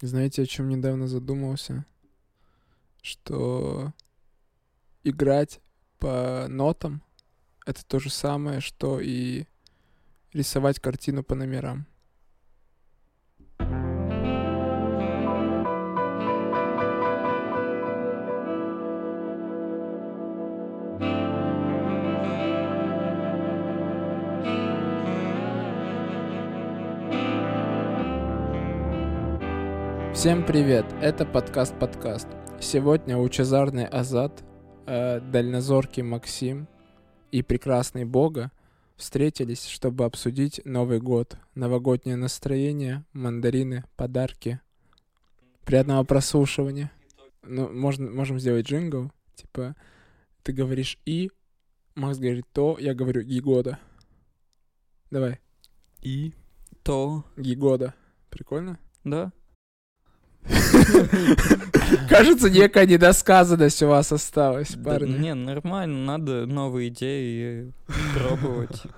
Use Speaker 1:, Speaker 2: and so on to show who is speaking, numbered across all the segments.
Speaker 1: Знаете, о чем недавно задумался? Что играть по нотам — это то же самое, что и рисовать картину по номерам. Всем привет, это подкаст-подкаст. Сегодня Лучезарный Азат, э, Дальнозоркий Максим и Прекрасный Бога встретились, чтобы обсудить Новый год, новогоднее настроение, мандарины, подарки. Приятного прослушивания. Ну, можно, можем сделать джингл, типа ты говоришь «и», Макс говорит «то», я говорю «гигода». Давай,
Speaker 2: И то,
Speaker 1: «гигода». Прикольно?
Speaker 2: да?
Speaker 1: Кажется, некая недосказанность у вас осталась,
Speaker 2: Да
Speaker 1: парни.
Speaker 2: Не, нормально, надо новые идеи пробовать.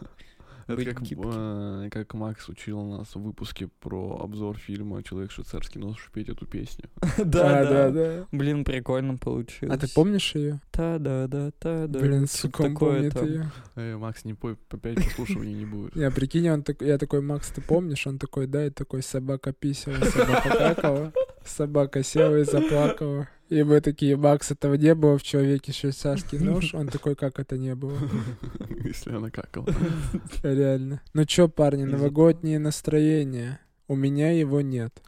Speaker 3: Это
Speaker 2: Быть
Speaker 3: как,
Speaker 2: гибким.
Speaker 3: э, как Макс учил нас в выпуске про обзор фильма «Человек швейцарский нож» петь эту песню.
Speaker 2: Да, да, да.
Speaker 1: А, да.
Speaker 2: Блин, прикольно получилось.
Speaker 1: А ты помнишь ее?
Speaker 2: Та да да та да.
Speaker 1: Блин, сука, он помнит ее.
Speaker 3: Э, Макс, не пой, по пять прослушиваний не будет.
Speaker 1: Я прикинь, он так, я такой, Макс, ты помнишь? Он такой, да, и такой, собака писала, собака какала, собака села и заплакала. И мы такие, Макс, этого не было в человеке швейцарский нож. Он такой, как это не было?
Speaker 3: Если она какала.
Speaker 2: А
Speaker 1: Реально. Ну чё, парни,
Speaker 2: Из-за-
Speaker 1: новогоднее настроение. У меня его нет.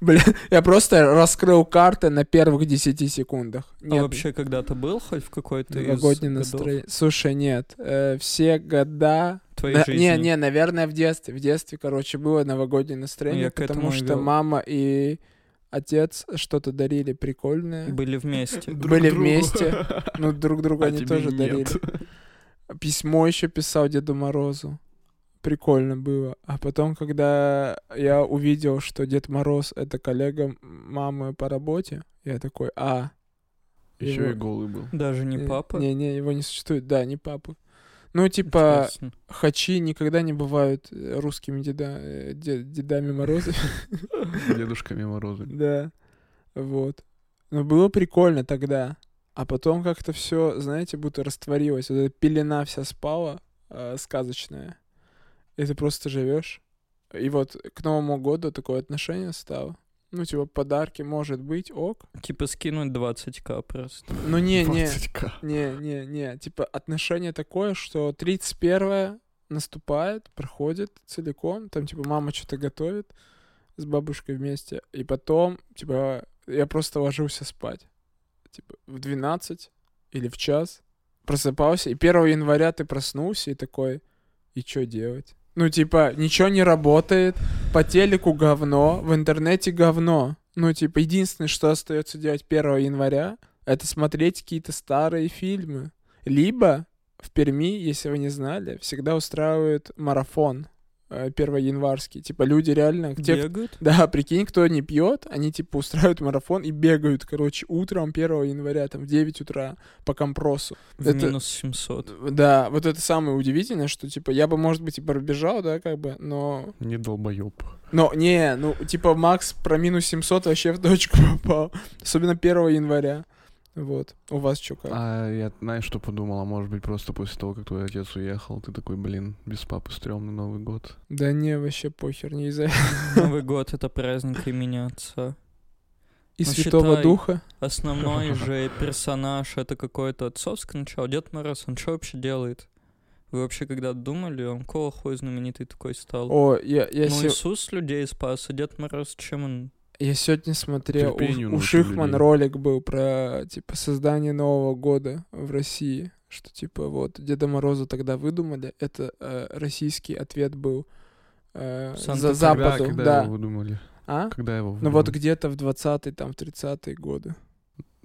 Speaker 1: Блин, я просто раскрыл карты на первых 10 секундах.
Speaker 2: А
Speaker 1: Нет,
Speaker 2: вообще когда-то был хоть в какой-то из
Speaker 1: новогоднее
Speaker 2: годов
Speaker 1: настроение. Слушай, нет. э, все года...
Speaker 2: твоей
Speaker 1: На-
Speaker 2: жизни?
Speaker 1: Не, не, наверное, в детстве. В детстве, короче, было новогоднее настроение,
Speaker 2: Ну, я к
Speaker 1: потому
Speaker 2: этому и
Speaker 1: что
Speaker 2: вел.
Speaker 1: мама и отец что-то дарили прикольное.
Speaker 2: Были вместе.
Speaker 3: Друг
Speaker 1: Были
Speaker 3: другу.
Speaker 1: вместе, Ну, друг другу
Speaker 3: А
Speaker 1: они
Speaker 3: тебе
Speaker 1: тоже
Speaker 3: нет.
Speaker 1: дарили. А Письмо еще писал Деду Морозу. Прикольно было. А потом, когда я увидел, что Дед Мороз — это коллега м- мамы по работе, я такой, а...
Speaker 3: Еще и
Speaker 1: его-
Speaker 3: голый был.
Speaker 2: Даже не
Speaker 1: э,
Speaker 2: папа.
Speaker 1: Не-не, его не существует, да, не папа. Ну, типа,
Speaker 2: Интересно.
Speaker 1: хачи никогда не бывают э, русскими деда, э, де- дедами Морозами.
Speaker 3: Дедушками Морозами.
Speaker 1: Да. Вот. Но было прикольно тогда. А потом как-то все, знаете, будто растворилось. Вот эта пелена вся спала, э, сказочная. И ты просто живешь. И вот к Новому году такое отношение стало. Ну, типа, подарки, может быть, ок.
Speaker 2: Типа скинуть 20к просто.
Speaker 1: Ну, не, не.
Speaker 3: 20к.
Speaker 1: Не, не, не. Типа отношение такое, что 31 наступает, проходит целиком. Там, типа, мама что-то готовит с бабушкой вместе. И потом, типа, я просто ложился спать. Типа, в 12 или в час просыпался. И 1 января ты проснулся и такой, и что делать? Ну, типа, ничего не работает, по телеку говно, в интернете говно. Ну, типа, единственное, что остается делать 1 января, это смотреть какие-то старые фильмы. Либо в Перми, если вы не знали, всегда устраивают марафон 1 январский. Типа люди реально... Те, кто-
Speaker 2: Бегают?
Speaker 1: да, прикинь, кто не пьет, они типа устраивают марафон и бегают, короче, утром 1 января, там в 9 утра по компросу.
Speaker 2: В
Speaker 1: Это-
Speaker 2: минус 700.
Speaker 1: Да, вот это самое удивительное, что типа я бы, может быть, и пробежал, да, как бы, но...
Speaker 3: Не долбоеб.
Speaker 1: Но не, ну типа Макс про минус 700 вообще в точку попал. Особенно 1 января. Вот. У вас что как?
Speaker 3: А я, знаешь, что подумала? Может быть, просто после того, как твой отец уехал, ты такой, блин, без папы стрёмный Новый год.
Speaker 1: Да не, вообще похер, не
Speaker 2: Ну,
Speaker 1: из-за...
Speaker 2: Новый год это праздник имени отца.
Speaker 1: И
Speaker 2: Ну,
Speaker 1: Святого
Speaker 2: считай.
Speaker 1: Духа.
Speaker 2: Основной же персонаж это какой-то отцовский начало. Дед Мороз, он что вообще делает? Вы вообще когда думали, он кого хуй знаменитый такой стал?
Speaker 1: О, я, я,
Speaker 2: ну,
Speaker 1: се-
Speaker 2: Иисус людей спас, а Дед Мороз чем он?
Speaker 1: я сегодня смотрел, у,
Speaker 3: Терпению
Speaker 1: у
Speaker 3: научил
Speaker 1: Шихман
Speaker 3: людей.
Speaker 1: ролик был про, типа, создание Нового года в России, что, типа, вот, Деда Мороза тогда выдумали, это э, российский ответ был э,
Speaker 2: Санта
Speaker 1: за
Speaker 2: Клаус.
Speaker 1: Западу,
Speaker 3: когда
Speaker 1: да.
Speaker 3: его выдумали?
Speaker 1: А?
Speaker 3: Когда его
Speaker 1: Ну вот
Speaker 3: выдумали?
Speaker 1: где-то в 20-е, там, в 30-е годы.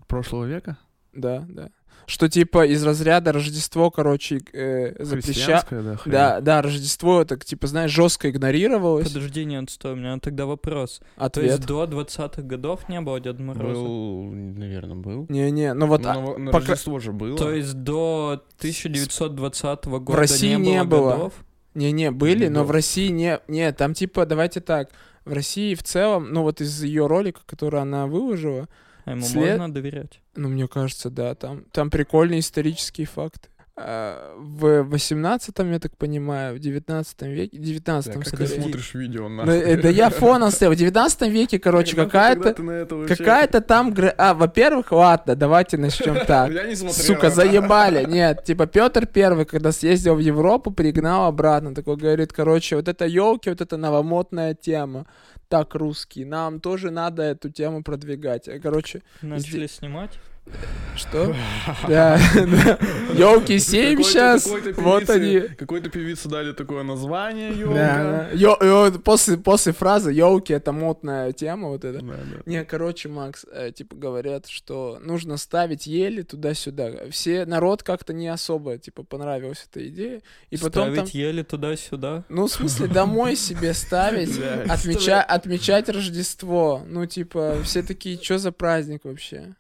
Speaker 3: Прошлого века?
Speaker 1: Да, да. Что, типа, из разряда Рождество, короче, э, запреща...
Speaker 3: Христианская, да, хрень.
Speaker 1: Да, да, Рождество, так, типа, знаешь, жестко игнорировалось.
Speaker 2: Подожди, не отстой, у меня тогда вопрос. То
Speaker 1: Ответ.
Speaker 2: есть до 20-х годов не было Деда Мороза?
Speaker 3: Был, наверное, был.
Speaker 1: Не-не, ну вот а,
Speaker 3: на,
Speaker 1: пока-
Speaker 3: Рождество же было.
Speaker 2: То есть до 1920 года
Speaker 1: России
Speaker 2: не было,
Speaker 1: не было.
Speaker 2: годов?
Speaker 1: Не-не, были, но
Speaker 3: Да.
Speaker 1: в России не... Не, там типа, давайте так, в России в целом, ну вот из ее ролика, который она выложила,
Speaker 2: А ему
Speaker 1: След-
Speaker 2: можно доверять?
Speaker 1: ну, мне кажется, да, там, там прикольные исторические факты. А, В 18 я так понимаю, в 19 веке, 19
Speaker 3: как ты
Speaker 1: скорее.
Speaker 3: смотришь видео
Speaker 1: Ну, э, Да я фоном стоял. В 19 веке, короче, какая-то... Какая-то там... гра- А, во-первых, ладно, давайте начнем так.
Speaker 3: Я не смотрел.
Speaker 1: Сука, заебали. Нет, типа Петр Первый, когда съездил в Европу, пригнал обратно. Такой говорит, короче, вот это елки, вот это новомодная тема. Так, русские, нам тоже надо эту тему продвигать. Э, Короче,
Speaker 2: Начали снимать?
Speaker 1: что? Да, елки 7
Speaker 3: Какой-то-
Speaker 1: сейчас,
Speaker 3: какой-то
Speaker 1: вот они.
Speaker 3: певице- Какой-то певице дали такое название, ёлка.
Speaker 1: Да, да. Йо- и вот После после фразы елки это модная тема, вот это.
Speaker 3: Да, да.
Speaker 1: Не, короче, Макс, э, типа говорят, что нужно ставить ели туда-сюда. Все народ как-то не особо, типа, понравилась эта идея. И потом
Speaker 2: Ставить
Speaker 1: там...
Speaker 2: еле туда-сюда?
Speaker 1: Ну, в смысле, домой себе ставить,
Speaker 3: Да.
Speaker 1: отмеча- отмечать Рождество. Ну, типа, все такие, что за праздник вообще?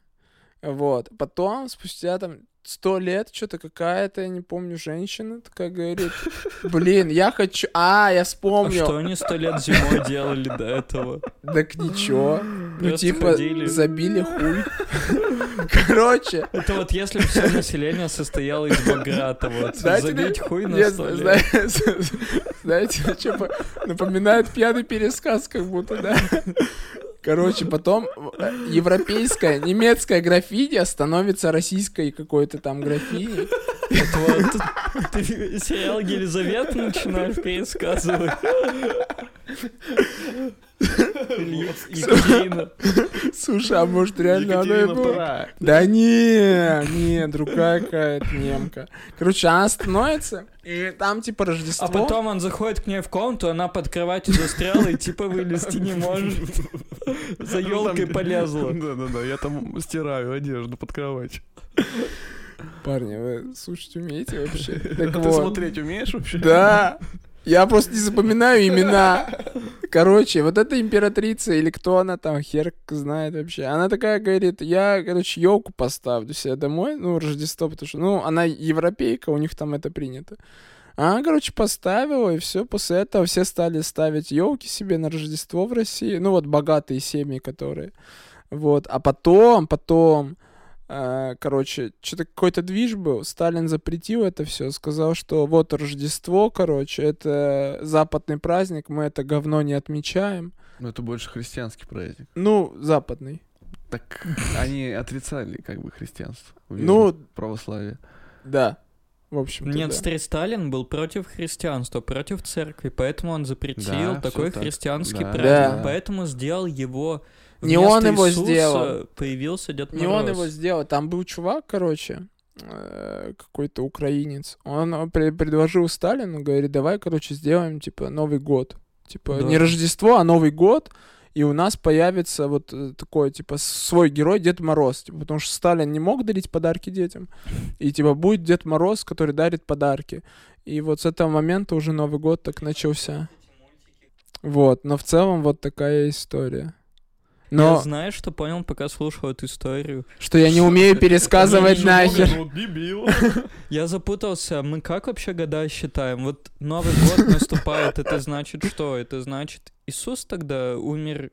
Speaker 1: Вот. Потом, спустя там сто лет, что-то какая-то, я не помню, женщина такая говорит, блин, я хочу... А, я
Speaker 2: А что
Speaker 1: вспомнил.
Speaker 2: они сто лет зимой делали до этого?
Speaker 1: Так ничего. Ну,
Speaker 2: Просто
Speaker 1: типа,
Speaker 2: ходили.
Speaker 1: забили хуй. Короче,
Speaker 2: Это вот если все население состояло из баграта, вот.
Speaker 1: Знаете,
Speaker 2: Забить хуй на
Speaker 1: Нет,
Speaker 2: сто лет.
Speaker 1: знаете, знаете, что по- напоминает пьяный пересказ, как будто, да? Короче, потом э, европейская, немецкая графиня становится российской какой-то там графиней.
Speaker 2: Вот, вот ты сериал Елизавета начинаешь пересказывать. Или Ек- Екатерина.
Speaker 1: Слушай, а может реально она и
Speaker 3: Екатерина
Speaker 1: была?
Speaker 3: вторая.
Speaker 1: Да не, не, другая какая-то немка. Короче, она становится, и там типа Рождество.
Speaker 2: А потом он заходит к ней в комнату, она под кроватью застряла и типа вылезти не может. За
Speaker 3: Ну,
Speaker 2: елкой
Speaker 3: там-
Speaker 2: полезла.
Speaker 3: Да-да-да, я там стираю одежду под кровать.
Speaker 1: Парни, вы слушать умеете вообще?
Speaker 3: А Ты
Speaker 1: Так вот.
Speaker 3: смотреть умеешь вообще?
Speaker 1: Да. Я просто не запоминаю имена. Короче, вот эта императрица или кто она там, хер знает вообще. Она такая говорит, я, короче, елку поставлю себе домой, ну, Рождество, потому что, ну, она европейка, у них там это принято. Она, короче, поставила, и все, после этого все стали ставить елки себе на Рождество в России. Ну, вот богатые семьи, которые. Вот, а потом, потом, э, короче, что-то какой-то движ был, Сталин запретил это все, сказал, что вот Рождество, короче, это западный праздник, мы это говно не отмечаем.
Speaker 3: Ну это больше христианский праздник.
Speaker 1: Ну, западный.
Speaker 3: Так они отрицали как бы христианство.
Speaker 1: Ну,
Speaker 3: Веру в православие.
Speaker 1: да. В общем,
Speaker 2: Нет, Стри- Сталин был против христианства, против церкви, поэтому он запретил
Speaker 3: Да, всё
Speaker 2: такой
Speaker 3: так.
Speaker 2: христианский
Speaker 3: Да,
Speaker 2: праздник,
Speaker 1: да.
Speaker 2: поэтому сделал его...
Speaker 1: Не
Speaker 2: вместо
Speaker 1: он его
Speaker 2: Иисуса
Speaker 1: сделал.
Speaker 2: Появился Дед
Speaker 1: Не
Speaker 2: Мороз.
Speaker 1: он его сделал. Там был чувак, короче, э, какой-то украинец. Он э, пре- предложил Сталину, говорит, давай, короче, сделаем, типа, Новый год. Типа,
Speaker 2: Да.
Speaker 1: не Рождество, а Новый год. И у нас появится вот э, такой, типа, свой герой Дед Мороз. Типа, потому что Сталин не мог дарить подарки детям. И, типа, будет Дед Мороз, который дарит подарки. И вот с этого момента уже Новый год так начался. Вот, но в целом вот такая история.
Speaker 2: Я
Speaker 1: Но
Speaker 2: знаешь, что понял, пока слушал эту историю?
Speaker 1: что я не
Speaker 2: Что
Speaker 1: умею
Speaker 2: ты?
Speaker 1: пересказывать
Speaker 2: Ну, ничего,
Speaker 1: нахер.
Speaker 3: Ну, дебил.
Speaker 2: Я запутался, а мы как вообще года считаем? Вот Новый год наступает, это значит что? Это значит Иисус тогда умер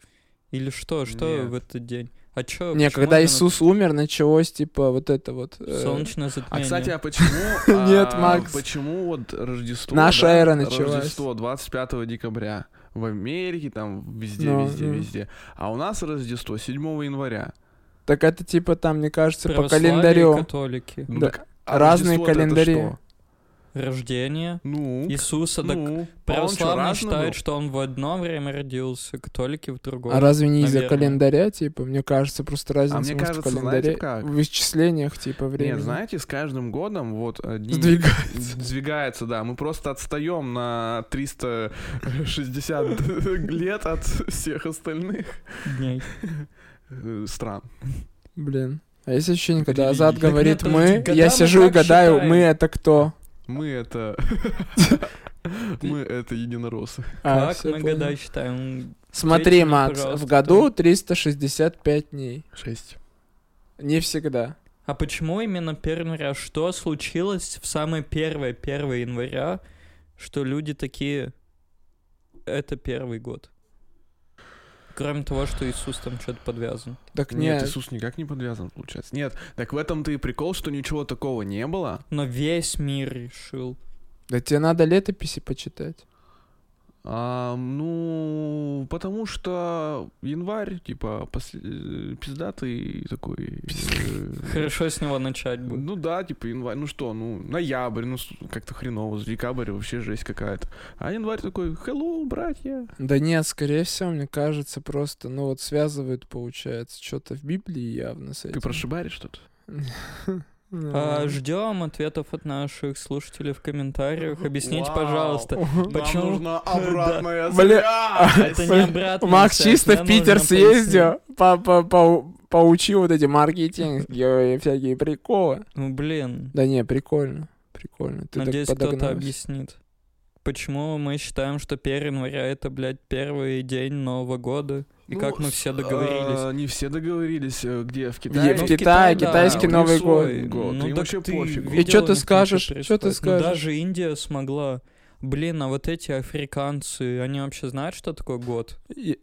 Speaker 2: или что? Что
Speaker 3: Нет.
Speaker 2: в этот день? А чё?
Speaker 1: Не,
Speaker 2: почему
Speaker 1: когда
Speaker 2: именно
Speaker 1: Иисус умер, началось, типа, вот это вот... э,
Speaker 2: Солнечное затмение.
Speaker 3: А кстати, а почему? а,
Speaker 1: Нет, Макс.
Speaker 3: Почему вот Рождество?
Speaker 1: Наша
Speaker 3: да,
Speaker 1: эра началась.
Speaker 3: Рождество 25 декабря в Америке, там везде,
Speaker 1: Ну,
Speaker 3: везде,
Speaker 1: ну.
Speaker 3: везде. А у нас Рождество 7 января.
Speaker 1: Так это, типа, там, мне кажется, по
Speaker 2: Православие и
Speaker 1: календарю.
Speaker 2: католики.
Speaker 3: Ну,
Speaker 1: Да.
Speaker 3: так, а
Speaker 1: Разные
Speaker 3: Рождество-то это
Speaker 1: календари.
Speaker 3: что?
Speaker 2: Рождение.
Speaker 3: Ну,
Speaker 2: Иисуса, так
Speaker 3: ну,
Speaker 2: православные считают, что он в одно время родился, католики в другое.
Speaker 1: А разве не из-за
Speaker 2: наверное.
Speaker 1: календаря, типа? Мне кажется, просто разница
Speaker 3: А мне
Speaker 1: может, в
Speaker 3: кажется,
Speaker 1: календаре,
Speaker 3: знаете как?
Speaker 1: в исчислениях, типа, времени.
Speaker 3: Нет, знаете, с каждым годом вот э, одни
Speaker 1: Сдвигается.
Speaker 3: сдвигается, да. Мы просто отстаем на 360 лет от всех остальных
Speaker 2: Дней.
Speaker 3: э, стран.
Speaker 1: Блин. А есть ощущение, когда
Speaker 3: Религии.
Speaker 1: Азат
Speaker 3: Так
Speaker 1: говорит
Speaker 2: нет,
Speaker 1: «мы»,
Speaker 2: подожди, года
Speaker 1: я
Speaker 2: мы
Speaker 1: сижу и
Speaker 2: так
Speaker 1: гадаю,
Speaker 2: считаем.
Speaker 1: «мы» — это кто?
Speaker 3: Мы это... Мы это единороссы.
Speaker 1: А,
Speaker 2: как
Speaker 1: всё
Speaker 2: мы
Speaker 1: понял.
Speaker 2: года считаем?
Speaker 1: Смотри,
Speaker 2: Ответьте мне,
Speaker 1: Макс, в
Speaker 2: пожалуйста.
Speaker 1: году 365 дней.
Speaker 3: Шесть.
Speaker 1: Не всегда.
Speaker 2: А почему именно 1 января? Что случилось в самое первое, 1 января, что люди такие, это первый год. Кроме того, что Иисус там что-то подвязан.
Speaker 1: Так
Speaker 3: Нет,
Speaker 1: нет,
Speaker 3: Иисус никак не подвязан, получается. Нет, так в этом-то и прикол, что ничего такого не было.
Speaker 2: Но весь мир решил.
Speaker 1: да тебе надо летописи почитать.
Speaker 3: А, ну, потому что январь, типа, после- э, пиздатый такой. э,
Speaker 2: Хорошо с него начать будет.
Speaker 3: Ну да, типа январь, ну что, ну ноябрь, ну с- как-то хреново, с декабрь вообще жесть какая-то. А январь такой, hello, братья.
Speaker 1: Да нет, скорее всего, мне кажется, просто, ну вот связывают, получается, что-то в Библии явно с этим.
Speaker 3: Ты про шибари что-то?
Speaker 1: Нормально.
Speaker 2: ждем А, ответов от наших слушателей в комментариях. Объясните,
Speaker 3: Вау.
Speaker 2: пожалуйста. Почему?
Speaker 3: нужна
Speaker 2: обратная
Speaker 1: Бля,
Speaker 2: Это не обратно.
Speaker 1: Макс чисто в Питер съездил, по- по- по- поучил вот эти маркетинговые всякие приколы.
Speaker 2: Ну, блин.
Speaker 1: Да не, прикольно, прикольно. Ты
Speaker 2: Надеюсь,
Speaker 1: так
Speaker 2: кто-то
Speaker 1: подогнался.
Speaker 2: объяснит. Почему мы считаем, что 1 января это, блядь, первый день Нового года?
Speaker 3: Ну,
Speaker 1: Ну,
Speaker 2: И как мы все
Speaker 1: а,
Speaker 2: договорились?
Speaker 3: а, Не все договорились, э, где в
Speaker 1: Где
Speaker 3: Китае.
Speaker 1: в
Speaker 2: Ну,
Speaker 1: Китае, китайский
Speaker 2: у них
Speaker 1: Новый
Speaker 2: ну, свой
Speaker 3: год. Год, им
Speaker 2: Ну, так
Speaker 3: вообще
Speaker 2: ты
Speaker 3: пофигу.
Speaker 2: видела,
Speaker 1: И чё ты
Speaker 2: у них там
Speaker 1: скажешь?
Speaker 2: что
Speaker 1: Чё ты
Speaker 2: происходит? Ну,
Speaker 1: скажешь?
Speaker 2: Даже Индия смогла. Блин, а вот эти африканцы, они вообще знают, что такое год?
Speaker 1: И-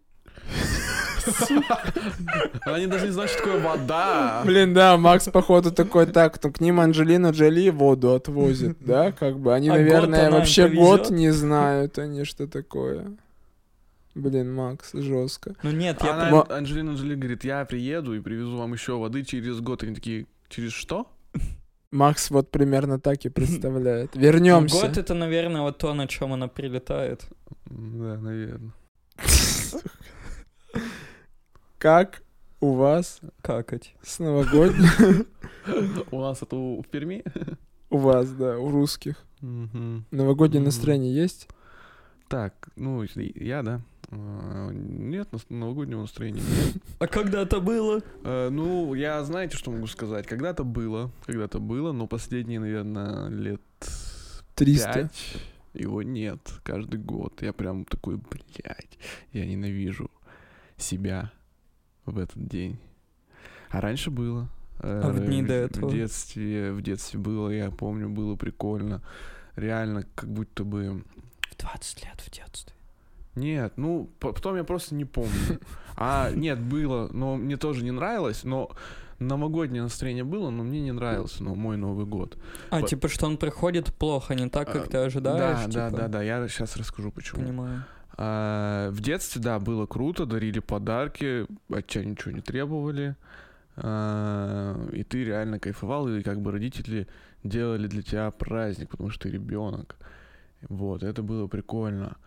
Speaker 3: Они даже не знают, что такое вода.
Speaker 1: Блин, да, Макс, походу, такой так, ну, к ним Анджелина Джоли воду отвозит, да, как бы. Они,
Speaker 2: А год
Speaker 1: наверное,
Speaker 2: она им
Speaker 1: вообще год
Speaker 2: повезёт?
Speaker 1: не знают, они что такое. Блин, Макс, жестко.
Speaker 2: Ну нет, я...
Speaker 3: Она,
Speaker 1: понимаю.
Speaker 3: Анджелина Джоли говорит, я приеду и привезу вам еще воды через год. Они такие, через что?
Speaker 1: Макс вот примерно так и представляет.
Speaker 2: Ну,
Speaker 1: Вернемся.
Speaker 2: Год это, наверное, вот то, на чем она прилетает.
Speaker 3: М, Да, наверное.
Speaker 1: Как у вас
Speaker 2: Какать.
Speaker 1: с новогодним?
Speaker 3: У нас это у- в Перми?
Speaker 1: У вас, да, у русских.
Speaker 3: Мгм.
Speaker 1: Новогоднее
Speaker 3: Мгм.
Speaker 1: настроение есть?
Speaker 3: Так, ну, и- я, да. А, Нет, нас- новогоднего настроения
Speaker 2: А когда это было?
Speaker 3: Э, Ну, я знаете, что могу сказать? Когда-то было, когда-то было, но последние, наверное, лет
Speaker 1: 300.
Speaker 3: пять его нет каждый год. Я прям такой, блядь, я ненавижу себя в этот день. А раньше было. Э,
Speaker 2: А в дни до этого?
Speaker 3: В детстве, в детстве было, я помню, было прикольно. Реально, как будто бы...
Speaker 2: В 20 лет в детстве.
Speaker 3: Нет, ну, по- потом я просто не помню. А, нет, было, но мне тоже не нравилось, но новогоднее настроение было, но мне не нравился но мой Новый год.
Speaker 2: А,
Speaker 3: По-
Speaker 2: типа, что он проходит плохо, не так, как
Speaker 3: А,
Speaker 2: ты ожидаешь.
Speaker 3: да, да,
Speaker 2: типа?
Speaker 3: да, да, я сейчас расскажу, почему.
Speaker 2: Понимаю.
Speaker 3: А, в детстве, да, было круто, дарили подарки, от тебя ничего не требовали. А, и ты реально кайфовал, и как бы родители делали для тебя праздник, потому что ты ребенок. Вот, это было прикольно.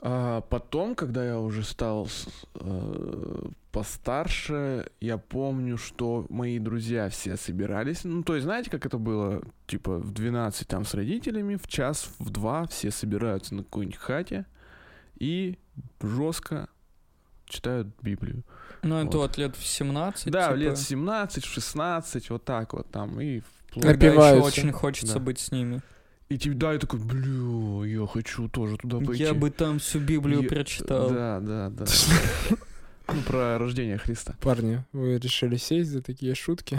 Speaker 3: А потом, когда я уже стал с- э, постарше, я помню, что мои друзья все собирались. Ну, то есть, знаете, как это было? Типа в 12 там с родителями, в час, в два все собираются на какой-нибудь хате и жестко читают Библию.
Speaker 2: Ну, это
Speaker 3: Вот.
Speaker 2: вот лет в 17,
Speaker 3: да,
Speaker 2: типа,
Speaker 3: лет 17-16, вот так вот там, и вплоть
Speaker 2: когда еще
Speaker 1: Напиваются.
Speaker 2: очень хочется
Speaker 3: Да.
Speaker 2: быть с ними.
Speaker 3: И тебе, да, я такой, блю, я хочу тоже туда пойти.
Speaker 2: Я бы там всю Библию
Speaker 3: Я-
Speaker 2: прочитал.
Speaker 3: Да, да, да. Ну, про рождение Христа.
Speaker 1: Парни, вы решили сесть за такие шутки?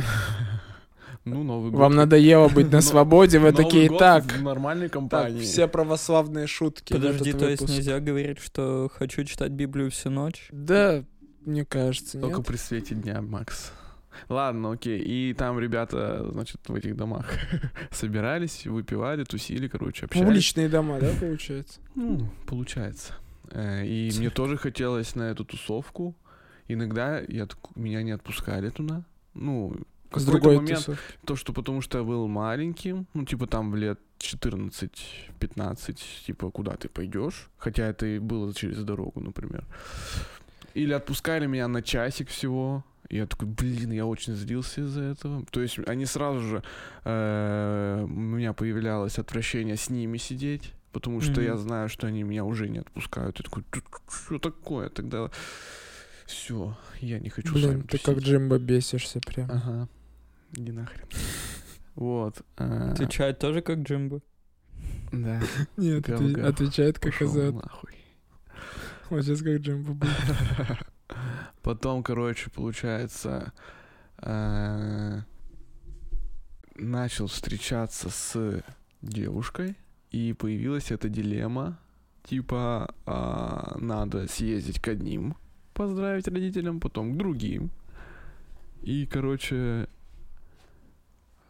Speaker 3: Ну, Новый год.
Speaker 1: Вам надоело быть на
Speaker 3: Но-
Speaker 1: свободе, вы
Speaker 3: Новый
Speaker 1: такие
Speaker 3: год
Speaker 1: так.
Speaker 3: В нормальной
Speaker 1: Так,
Speaker 3: компании.
Speaker 1: все православные шутки. в
Speaker 2: Подожди,
Speaker 1: этот
Speaker 2: то есть
Speaker 1: выпуск.
Speaker 2: нельзя говорить, что хочу читать Библию всю ночь?
Speaker 1: Да, мне кажется,
Speaker 3: Только
Speaker 1: нет.
Speaker 3: при свете дня, Макс. Ладно, окей. И там ребята, значит, в этих домах собирались, выпивали, тусили, короче, общались.
Speaker 1: Публичные дома, да, получается?
Speaker 3: Ну, получается. Э, И мне тоже хотелось на эту тусовку. Иногда я, так- меня не отпускали туда. Ну, в
Speaker 1: С
Speaker 3: какой-то
Speaker 1: другой
Speaker 3: момент
Speaker 1: тусовки.
Speaker 3: То, что потому что я был маленьким, ну, типа там в лет 14-15, типа, куда ты пойдешь? Хотя это и было через дорогу, например. Или отпускали меня на часик всего. Я такой, блин, я очень злился из-за этого. То есть они сразу же... э, у меня появлялось отвращение с ними сидеть, потому что я
Speaker 2: Мгм.
Speaker 3: знаю, что они меня уже не отпускают. Я такой, что такое? Тогда все, я не хочу с вами
Speaker 1: Блин, ты как
Speaker 3: тусить».
Speaker 1: Джимбо бесишься прям.
Speaker 3: Ага. Не нахрен. Вот. а,
Speaker 2: Отвечает тоже как Джимбо.
Speaker 3: Да.
Speaker 1: Нет,
Speaker 3: Гав,
Speaker 1: отве-
Speaker 3: гав.
Speaker 1: отвечает как
Speaker 3: пошёл
Speaker 1: азат.
Speaker 3: нахуй.
Speaker 1: Вот сейчас как Джимбо будет.
Speaker 3: Потом, короче, получается, э, начал встречаться с девушкой. и появилась эта дилемма, типа а, надо съездить к одним, поздравить родителям, потом к другим. И, короче,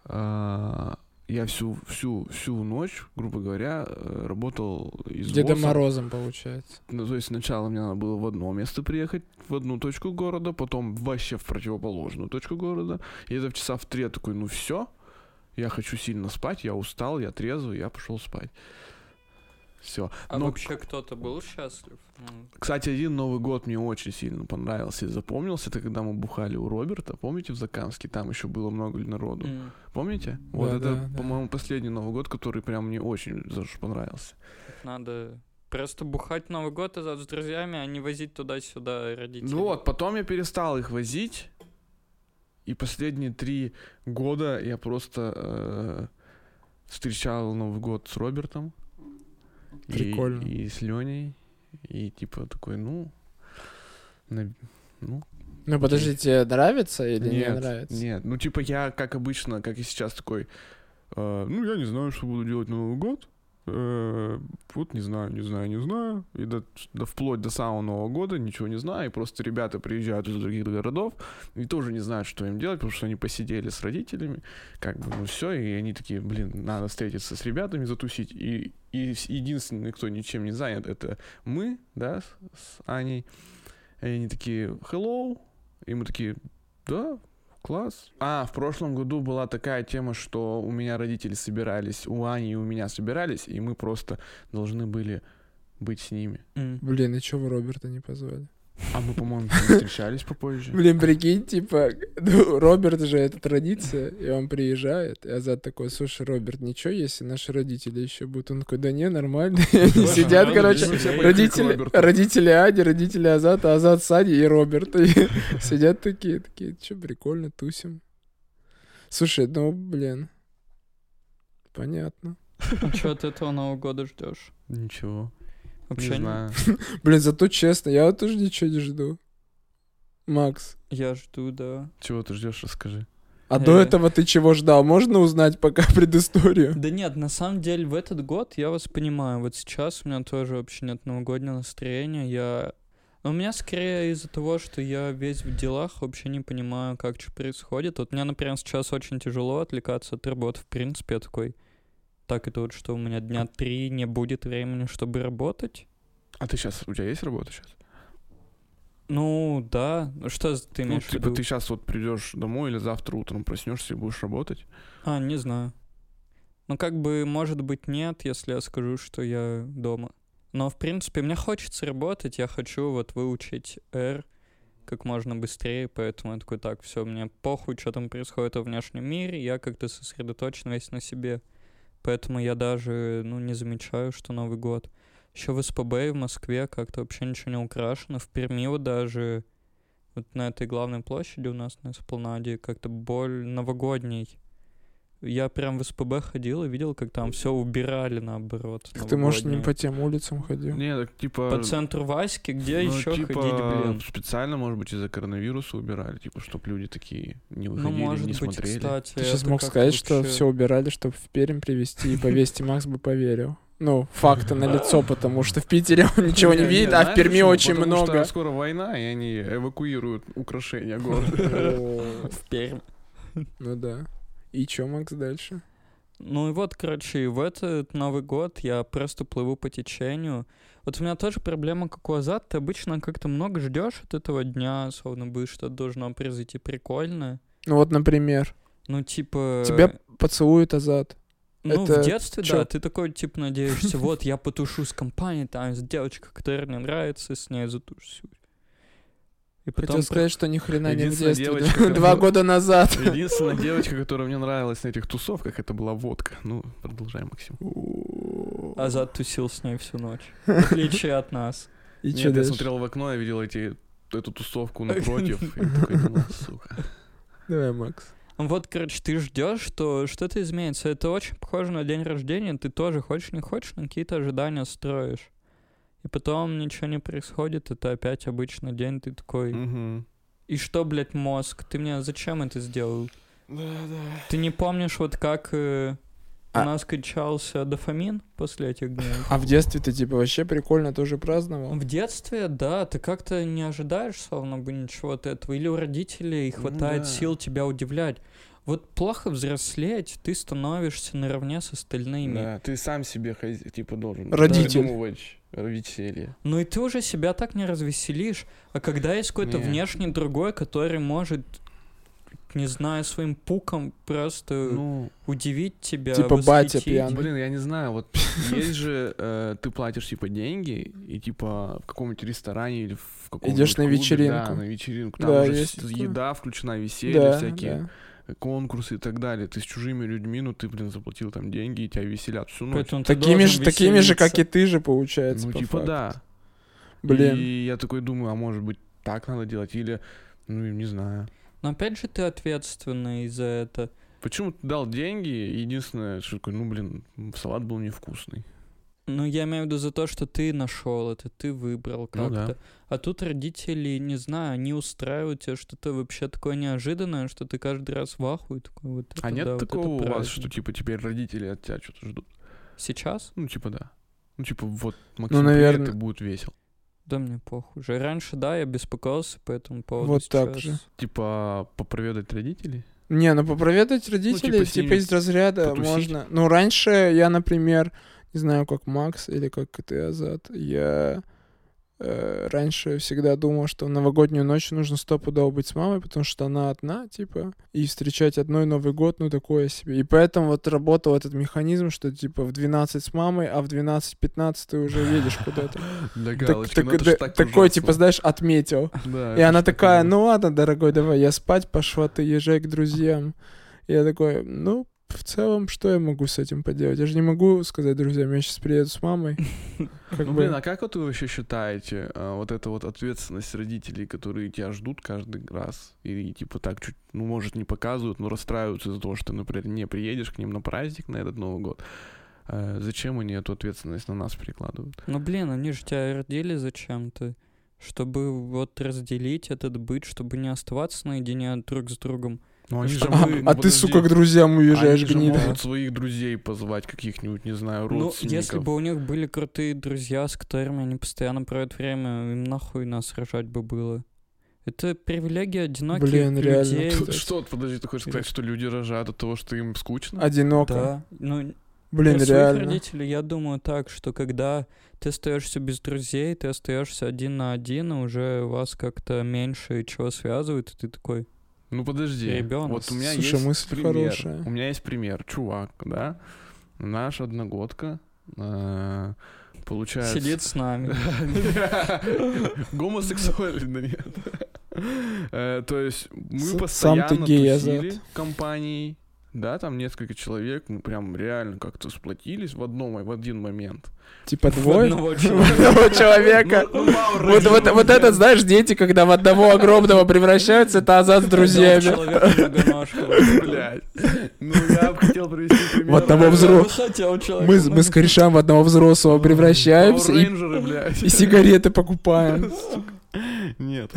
Speaker 3: а, я всю, всю, всю ночь, грубо говоря, э, работал из
Speaker 1: Дедом
Speaker 3: ВОСа.
Speaker 1: Морозом, получается.
Speaker 3: Ну, то есть сначала мне надо было в одно место приехать, в одну точку города, потом вообще в противоположную точку города. И это в часа в три я такой, ну все, я хочу сильно спать, я устал, я трезвый, я пошел спать. Все.
Speaker 2: А
Speaker 3: Но,
Speaker 2: вообще кто-то был счастлив? Ну,
Speaker 3: кстати, один Новый год мне очень сильно понравился и запомнился. Это когда мы бухали у Роберта, помните, в Закамске? Там еще было много народу.
Speaker 2: м.
Speaker 3: Помните? Вот
Speaker 1: Да,
Speaker 3: это,
Speaker 1: да, да.
Speaker 3: по-моему, последний Новый год, который прям мне очень заш- понравился.
Speaker 2: Надо просто бухать Новый год и за- с друзьями, а не возить туда-сюда родителей.
Speaker 3: Ну вот, потом я перестал их возить. И последние три года я просто э, встречал Новый год с Робертом. И-
Speaker 1: Прикольно.
Speaker 3: И, с Леней. И типа такой, ну... на- ну,
Speaker 1: Ну, подождите, нравится или не
Speaker 3: нет,
Speaker 1: нравится?
Speaker 3: Нет, ну типа я, как обычно, как и сейчас, такой... э, ну, я не знаю, что буду делать на Новый год. Э, вот не знаю, не знаю, не знаю. И до, до- вплоть до самого Нового года ничего не знаю. И просто ребята приезжают из других городов и тоже не знают, что им делать, потому что они посидели с родителями. Как бы, ну все, и они такие, блин, надо встретиться с ребятами, затусить. И, и с- единственный, кто ничем не занят, это мы, да, с, с Аней. И они такие, hello. И мы такие, да, класс. А, в прошлом году была такая тема, что у меня родители собирались, у Ани и у меня собирались, и мы просто должны были быть с ними.
Speaker 2: М.
Speaker 1: Блин, и чё вы Роберта не позвали?
Speaker 3: А мы, по-моему, встречались попозже.
Speaker 1: Блин, прикинь, типа, ну, Роберт же это традиция, и он приезжает, и Азат такой, слушай, Роберт, ничего, если наши родители еще будут? Он такой, да не, нормально. И они
Speaker 2: Слушай,
Speaker 1: сидят,
Speaker 2: ну,
Speaker 1: короче,
Speaker 2: ну, все
Speaker 1: родители, родители Ади, родители Азата, Азат с Ади и Роберт. И сидят такие, такие, че, прикольно, тусим. Слушай, ну, блин, понятно.
Speaker 2: А чё от этого Нового года ждешь?
Speaker 3: Ничего.
Speaker 2: Вообще
Speaker 3: не
Speaker 2: не-
Speaker 3: знаю.
Speaker 1: Блин, зато честно, я вот тоже ничего не жду. Макс,
Speaker 2: Я жду, да.
Speaker 3: Чего ты ждешь, расскажи.
Speaker 1: а до
Speaker 2: Э.
Speaker 1: этого ты чего ждал? Можно узнать пока предысторию?
Speaker 2: Да нет, на самом деле в этот год я вас понимаю. Вот сейчас у меня тоже вообще нет новогоднего настроения. Я... Но у меня скорее из-за того, что я весь в делах, вообще не понимаю, как что происходит. Вот мне, например, сейчас очень тяжело отвлекаться от работы. В принципе, я такой... Так это вот, что у меня дня три не будет времени, чтобы работать.
Speaker 3: А ты сейчас, у тебя есть работа сейчас?
Speaker 2: Ну, да. Ну, Что ты
Speaker 3: Ну,
Speaker 2: имеешь в
Speaker 3: типа
Speaker 2: виду?
Speaker 3: ты сейчас вот придешь домой или завтра утром проснешься и будешь работать?
Speaker 2: А, не знаю. Ну, как бы, может быть, нет, если я скажу, что я дома. Но, в принципе, мне хочется работать, я хочу вот выучить R как можно быстрее, поэтому я такой, так, все, мне похуй, что там происходит во внешнем мире, я как-то сосредоточен весь на себе. Поэтому я даже, ну, не замечаю, что Новый год. Еще в СПБ и в Москве как-то вообще ничего не украшено. В Перми вот даже вот на этой главной площади у нас на Эспланаде как-то боль новогодний. Я прям в СПБ ходил и видел, как там все убирали наоборот.
Speaker 1: Так ты, может, не
Speaker 2: новогоднее.
Speaker 1: по тем улицам ходил?
Speaker 3: Не, так типа...
Speaker 2: По центру Васьки, где
Speaker 3: ну,
Speaker 2: еще
Speaker 3: типа,
Speaker 2: ходить, блин?
Speaker 3: Специально, может быть, из-за коронавируса убирали, типа, чтобы люди такие не выходили,
Speaker 2: Ну, может
Speaker 3: не
Speaker 2: быть,
Speaker 3: смотрели.
Speaker 2: кстати.
Speaker 1: Ты сейчас
Speaker 2: это
Speaker 1: мог
Speaker 2: как-то
Speaker 1: сказать, что
Speaker 2: вообще-
Speaker 1: все убирали, чтобы в Пермь привезти и повесить, и Макс бы поверил. Ну, факты на лицо, потому что в Питере он ничего не
Speaker 3: Не, не,
Speaker 1: видит, а в
Speaker 3: знаешь
Speaker 1: Перми
Speaker 3: почему?
Speaker 1: очень
Speaker 3: Потому
Speaker 1: много.
Speaker 3: Что скоро война, и они эвакуируют украшения города.
Speaker 1: О,
Speaker 2: В Пермь.
Speaker 1: Ну да. И чё, Макс, дальше?
Speaker 2: Ну и вот, короче, и в этот Новый год я просто плыву по течению. Вот у меня тоже проблема, как у Азат, ты обычно как-то много ждешь от этого дня, словно бы что-то должно произойти прикольно.
Speaker 1: Ну вот, например,
Speaker 2: Ну, типа...
Speaker 1: тебя поцелует Азат.
Speaker 2: Ну,
Speaker 1: это
Speaker 2: в детстве,
Speaker 1: чё?
Speaker 2: да, ты такой, типа, надеешься, вот, я потушу с компанией, там есть девочка, которая мне нравится, с ней затушусь. И потом...
Speaker 1: Хотел сказать, что ни хрена не в
Speaker 3: Единственная
Speaker 1: детстве.
Speaker 3: девочка,
Speaker 1: да. Два
Speaker 3: которая-
Speaker 1: года назад.
Speaker 3: Единственная девочка, которая мне нравилась на этих тусовках, это была водка. Ну, продолжай, Максим.
Speaker 2: про-
Speaker 3: А,
Speaker 2: Азат тусил с ней всю ночь. В отличие от нас.
Speaker 1: И
Speaker 3: Нет,
Speaker 1: чё
Speaker 3: я
Speaker 1: дальше?
Speaker 3: смотрел в окно, я видел эти эту тусовку напротив. И такой, думал, сука.
Speaker 1: Давай, Макс.
Speaker 2: Вот, короче, ты ждешь, что что-то изменится. Это очень похоже на день рождения. Ты тоже хочешь, не хочешь, но какие-то ожидания строишь. И потом ничего не происходит, это опять обычный день, ты такой...
Speaker 3: Мгм.
Speaker 2: И что, блядь, мозг? Ты мне зачем это сделал?
Speaker 3: Да, да.
Speaker 2: Ты не помнишь, вот как э,
Speaker 1: А-
Speaker 2: У нас качался дофамин после этих дней.
Speaker 1: А в детстве ты типа вообще прикольно тоже праздновал?
Speaker 2: В детстве, да, ты как-то не ожидаешь словно бы ничего от этого. Или у родителей
Speaker 3: Ну
Speaker 2: хватает
Speaker 3: да.
Speaker 2: сил тебя удивлять. Вот плохо взрослеть, ты становишься наравне с остальными.
Speaker 3: Да, ты сам себе хозя- типа должен
Speaker 1: Родитель.
Speaker 3: придумывать веселье.
Speaker 2: Ну и ты уже себя так не развеселишь. А когда есть какой-то
Speaker 3: Не.
Speaker 2: внешний другой, который может, не знаю, своим пуком просто
Speaker 3: Ну,
Speaker 2: удивить тебя.
Speaker 1: Типа батя
Speaker 2: восхитить.
Speaker 1: пьяный.
Speaker 3: блин, я не знаю, вот есть же, э, ты платишь типа деньги, и типа в каком-нибудь ресторане или в каком-нибудь
Speaker 1: Идёшь на
Speaker 3: клубе,
Speaker 1: вечеринку.
Speaker 3: Да, на вечеринку. Там
Speaker 1: Да,
Speaker 3: уже
Speaker 1: есть
Speaker 3: с-
Speaker 1: такое.
Speaker 3: еда включена, веселье
Speaker 1: Да,
Speaker 3: всякие,
Speaker 1: да.
Speaker 3: конкурсы и так далее. Ты с чужими людьми, ну ты, блин, заплатил там деньги, и тебя веселят всю ночь.
Speaker 2: Поэтому ты
Speaker 1: Такими же,
Speaker 2: должен
Speaker 1: такими же, как и
Speaker 2: веселиться.
Speaker 1: ты же, получается.
Speaker 3: Ну
Speaker 1: по
Speaker 3: типа
Speaker 1: факту.
Speaker 3: да.
Speaker 1: Блин.
Speaker 3: И я такой думаю, а может быть так надо делать или, ну не знаю.
Speaker 2: Но опять же ты ответственный за это.
Speaker 3: Почему ты дал деньги? Единственное, что такое, ну блин, салат был невкусный.
Speaker 2: Ну, я имею в виду за то, что ты нашел это, ты выбрал
Speaker 3: Ну
Speaker 2: как-то.
Speaker 3: да.
Speaker 2: А тут родители, не знаю, они устраивают тебе что-то вообще такое неожиданное, что ты каждый раз в ахуе такой вот. это
Speaker 3: А нет
Speaker 2: да, вот это
Speaker 3: такого у вас,
Speaker 2: праздник.
Speaker 3: что типа теперь родители от тебя что-то ждут?
Speaker 2: Сейчас?
Speaker 3: Ну типа да. Ну типа вот Максим, ну,
Speaker 1: наверно.
Speaker 3: это будет весело.
Speaker 2: Да мне похуй. Же раньше, да, я беспокоился по этому поводу.
Speaker 1: Вот так
Speaker 2: сейчас-
Speaker 1: же.
Speaker 3: Типа попроведать родителей?
Speaker 1: Не, ну попроведать родителей,
Speaker 3: типа, с
Speaker 1: типа,
Speaker 3: ними
Speaker 1: из разряда
Speaker 3: потусить.
Speaker 1: можно. Ну, раньше я, например, не знаю, как Макс или как ты, Азат, я э, раньше всегда думал, что в новогоднюю ночь нужно стопудово быть с мамой, потому что она одна, типа, и встречать одной Новый год, ну, такое себе. И поэтому вот работал этот механизм, что, типа, в 12 с мамой, а в 12-15 ты уже едешь куда-то.
Speaker 3: Для
Speaker 1: Так-
Speaker 3: галочки,
Speaker 1: так-
Speaker 3: ну это
Speaker 1: да-
Speaker 3: ж так
Speaker 1: такой,
Speaker 3: ужасно.
Speaker 1: типа, знаешь, отметил.
Speaker 3: Да,
Speaker 1: И
Speaker 3: это
Speaker 1: она
Speaker 3: ж так
Speaker 1: такая,
Speaker 3: ужасно.
Speaker 1: ну ладно, дорогой, давай, я спать пошла, ты езжай к друзьям. Я такой, ну, в целом, что я могу с этим поделать? Я же не могу сказать друзьям, я сейчас приеду с мамой. Как
Speaker 3: Ну,
Speaker 1: бы,
Speaker 3: блин, а как вот вы вообще считаете а, вот эта вот ответственность родителей, которые тебя ждут каждый раз и, типа так чуть, ну может не показывают, но расстраиваются из-за того, что, ты, например, не приедешь к ним на праздник на этот Новый год? А, Зачем они эту ответственность на нас перекладывают?
Speaker 2: Ну, блин, они же тебя и родили зачем-то. Чтобы вот разделить этот быт, чтобы не оставаться наедине друг с другом.
Speaker 3: Ну,
Speaker 2: они же
Speaker 1: а-
Speaker 2: мы-
Speaker 1: а ты, сука, к друзьям уезжаешь,
Speaker 3: Они же
Speaker 1: гнида.
Speaker 3: могут своих друзей позвать, каких-нибудь, не знаю,
Speaker 2: Ну,
Speaker 3: родственников.
Speaker 2: если бы у них были крутые друзья, с которыми они постоянно проводят время, им нахуй нас рожать бы было. Это привилегия одиноких
Speaker 1: Блин, реально,
Speaker 2: людей.
Speaker 1: тут
Speaker 3: Тут Что, подожди, ты хочешь сказать, что люди рожают от того, что им
Speaker 1: А
Speaker 3: скучно?
Speaker 1: Одиноко.
Speaker 2: Да. Ну,
Speaker 1: Блин,
Speaker 2: про своих
Speaker 1: реально.
Speaker 2: родителей я думаю так, что когда ты остаешься без друзей, ты остаешься один на один, и уже вас как-то меньше чего связывает, и ты такой.
Speaker 3: Ну подожди,
Speaker 2: Ребёнок.
Speaker 3: вот у меня
Speaker 1: Слушай,
Speaker 3: есть
Speaker 1: мысль
Speaker 3: пример.
Speaker 1: хорошая.
Speaker 3: У меня есть пример, чувак, да, наша одногодка, э, получается...
Speaker 2: Сидит с нами.
Speaker 3: Гомосексуально, нет. Э, То есть
Speaker 1: С-
Speaker 3: мы
Speaker 1: сам
Speaker 3: постоянно
Speaker 1: ты гей,
Speaker 3: тусили
Speaker 1: Азат.
Speaker 3: компанией, да, там несколько человек, мы прям реально как-то сплотились в одном, в один момент.
Speaker 1: Типа
Speaker 2: В
Speaker 1: двое?
Speaker 2: одного человека.
Speaker 1: Одного человека.
Speaker 3: Ну, ну, мало
Speaker 1: Вот, вот,
Speaker 3: родителей.
Speaker 1: вот этот, знаешь, дети, когда в одного огромного превращаются, это азат с друзьями.
Speaker 2: Одного человека многоножка.
Speaker 3: Блять. Ну, я бы хотел привести пример.
Speaker 1: Вот того взрослого.
Speaker 2: Я бы хотел человека
Speaker 1: Мы, с- мы с
Speaker 2: много-
Speaker 1: корешам в одного взрослого превращаемся
Speaker 3: Power
Speaker 1: и,
Speaker 3: Rangers, блядь.
Speaker 1: и сигареты покупаем.
Speaker 3: Нет.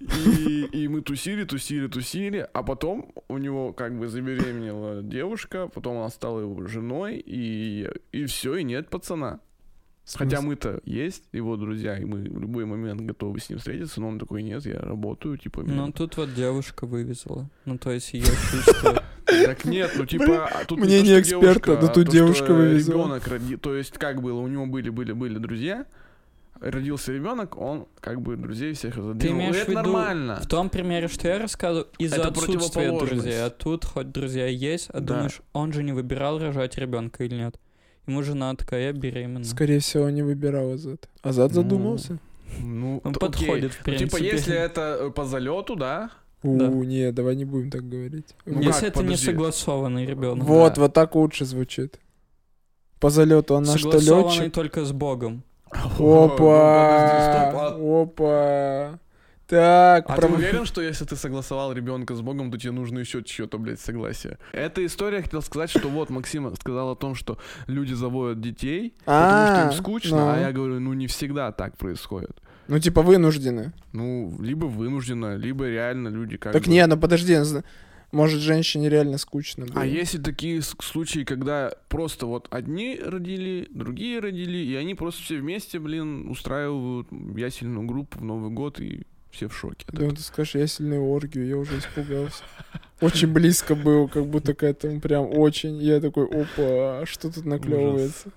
Speaker 3: И, и мы тусили, тусили, тусили, а потом у него как бы забеременела девушка, потом она стала его женой, и, и все, и нет пацана. Хотя мы-то есть его друзья, и мы в любой момент готовы с ним встретиться, но он такой, нет, я работаю, типа... меня-
Speaker 2: Ну, тут вот девушка вывезла. Ну, то есть ее чувства.
Speaker 3: Так нет, ну типа... а Тут
Speaker 1: Мнение
Speaker 3: не то, что
Speaker 1: эксперта,
Speaker 3: девушка,
Speaker 1: но тут
Speaker 3: а то,
Speaker 1: девушка
Speaker 3: что
Speaker 1: вывезла.
Speaker 3: Ребенок роди... То есть как было, у него были-были-были друзья, родился ребенок, он как бы друзей всех задвинул.
Speaker 2: Ты имеешь
Speaker 3: И это
Speaker 2: в виду
Speaker 3: нормально.
Speaker 2: В том примере, что я рассказывал, из-за
Speaker 3: Это
Speaker 2: отсутствия
Speaker 3: противоположность.
Speaker 2: друзей. А тут хоть друзья есть, а
Speaker 3: Да.
Speaker 2: думаешь, он же не выбирал рожать ребенка или нет. Ему жена такая, я беременна.
Speaker 1: Скорее всего, не выбирал Азат. А Азат
Speaker 3: Ну,
Speaker 1: задумался?
Speaker 3: Ну,
Speaker 2: Он
Speaker 3: т- окей.
Speaker 2: подходит, в
Speaker 3: Ну,
Speaker 2: принципе.
Speaker 3: Типа, если это э, по залету, да?
Speaker 2: да.
Speaker 1: У, не, давай не будем так говорить.
Speaker 3: Ну
Speaker 2: Если
Speaker 1: Вот-
Speaker 3: как,
Speaker 2: это не
Speaker 3: подожди.
Speaker 2: согласованный ребенок.
Speaker 1: вот, вот так лучше звучит. По залету она что,
Speaker 2: Согласованный
Speaker 1: летчик?
Speaker 2: только с Богом.
Speaker 3: О, ну,
Speaker 1: Опа!
Speaker 3: подожди, стоп,
Speaker 1: Опа! Так,
Speaker 3: А
Speaker 1: про-
Speaker 3: ты уверен, что если ты согласовал ребенка с Богом, то тебе нужно еще чье-то, блядь, согласие? Эта история, я хотел сказать, что вот Максим сказал о том, что люди заводят детей, потому что
Speaker 1: А,
Speaker 3: им скучно,
Speaker 1: ну.
Speaker 3: а я говорю, ну не всегда так происходит.
Speaker 1: Ну, типа, вынуждены.
Speaker 3: Ну, либо вынужденно, либо реально люди как
Speaker 1: Так
Speaker 3: бы...
Speaker 1: не, ну подожди. ну, зна- Может, женщине реально скучно было.
Speaker 3: А если такие с- случаи, когда просто вот одни родили, другие родили, и они просто все вместе, блин, устраивают ясельную группу в Новый год, и все в шоке. от
Speaker 1: Да, ты скажешь, я сильную оргию, я уже испугался. Очень близко был, как будто к этому прям очень. Я такой, опа, а что тут наклевывается?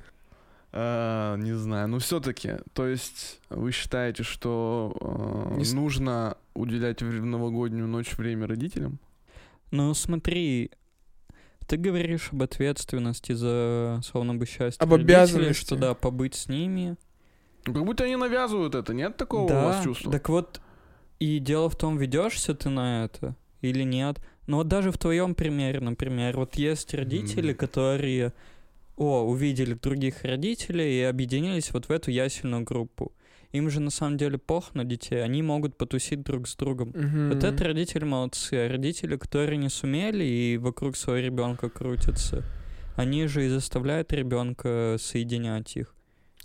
Speaker 3: А, не знаю, но все-таки, то есть вы считаете, что э,
Speaker 1: Не с-
Speaker 3: нужно уделять в новогоднюю ночь время родителям?
Speaker 2: Ну смотри, ты говоришь об ответственности за, словно бы, счастье
Speaker 1: Об
Speaker 2: родителей,
Speaker 1: обязанности.
Speaker 2: что да, побыть с ними.
Speaker 3: Ну, как будто они навязывают это, нет такого у вас чувства?
Speaker 2: Так вот, и дело в том, ведешься ты на это или нет. Но вот даже в твоем примере, например, вот есть родители,
Speaker 3: Мгм.
Speaker 2: которые, о, увидели других родителей и объединились вот в эту ясельную группу. Им же на самом деле пох на детей, они могут потусить друг с другом. Вот это родители молодцы, а родители, которые не сумели и вокруг своего ребенка крутятся, они же и заставляют ребенка соединять их.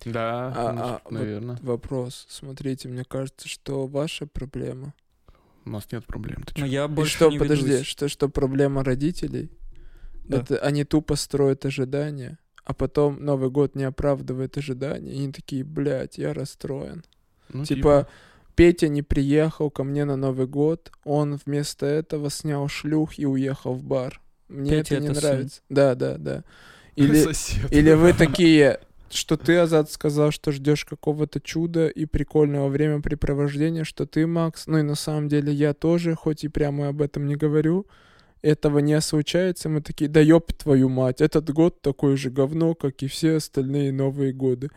Speaker 3: Да,
Speaker 1: А,
Speaker 3: ну,
Speaker 1: а, вот-
Speaker 3: наверное.
Speaker 1: Вопрос. Смотрите, мне кажется, что ваша проблема.
Speaker 3: У нас нет проблем. ты
Speaker 2: Но
Speaker 3: чё?
Speaker 2: я
Speaker 1: И
Speaker 2: больше
Speaker 1: что,
Speaker 2: не
Speaker 1: подожди,
Speaker 2: ведусь.
Speaker 1: что, что проблема родителей?
Speaker 2: Да.
Speaker 1: Это они тупо строят ожидания, а потом Новый год не оправдывает ожидания, и они такие, блядь, я расстроен.
Speaker 3: Ну,
Speaker 1: Типа, Петя не приехал ко мне на Новый год, он вместо этого снял шлюх и уехал в бар. Мне
Speaker 2: Петя
Speaker 1: это не
Speaker 2: это сын.
Speaker 1: нравится. Да, да, да. Или,
Speaker 3: сосед.
Speaker 1: или вы такие, что ты, Азат, сказал, что ждешь какого-то чуда и прикольного времяпрепровождения, что ты, Макс, ну и на самом деле я тоже, хоть и прямо об этом не говорю, этого не случается, мы такие, да ёб твою мать, этот год такое же говно, как и все остальные Новые годы.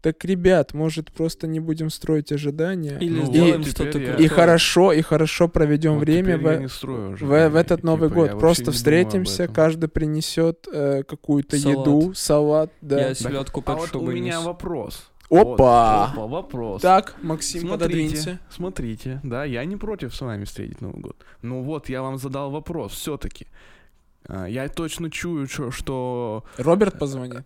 Speaker 1: Так, ребят, может, просто не будем строить ожидания?
Speaker 2: Или
Speaker 3: Ну
Speaker 2: сделаем
Speaker 3: вот,
Speaker 2: что-то
Speaker 3: теперь я-
Speaker 1: И
Speaker 2: крутое.
Speaker 1: хорошо, и хорошо проведем
Speaker 3: Ну, Вот
Speaker 1: время
Speaker 3: теперь я
Speaker 1: в,
Speaker 3: не строю уже,
Speaker 1: в, в
Speaker 3: и,
Speaker 1: этот Новый
Speaker 3: типа, я
Speaker 1: год.
Speaker 3: вообще
Speaker 1: Просто
Speaker 3: не думаю об
Speaker 1: встретимся,
Speaker 3: этом.
Speaker 1: каждый принесет э, какую-то
Speaker 2: Салат.
Speaker 1: еду, салат, да.
Speaker 2: Я селедку
Speaker 3: А
Speaker 2: под
Speaker 3: вот у
Speaker 2: шубой
Speaker 3: меня
Speaker 2: несу.
Speaker 3: вопрос.
Speaker 1: Опа!
Speaker 3: Вот, опа, вопрос.
Speaker 1: Так, Максим,
Speaker 3: Смотрите,
Speaker 1: пододвинься.
Speaker 3: смотрите, да, я не против с вами встретить Новый год. Но вот я вам задал вопрос все-таки. Я точно чую, чё- что...
Speaker 1: Роберт позвонит.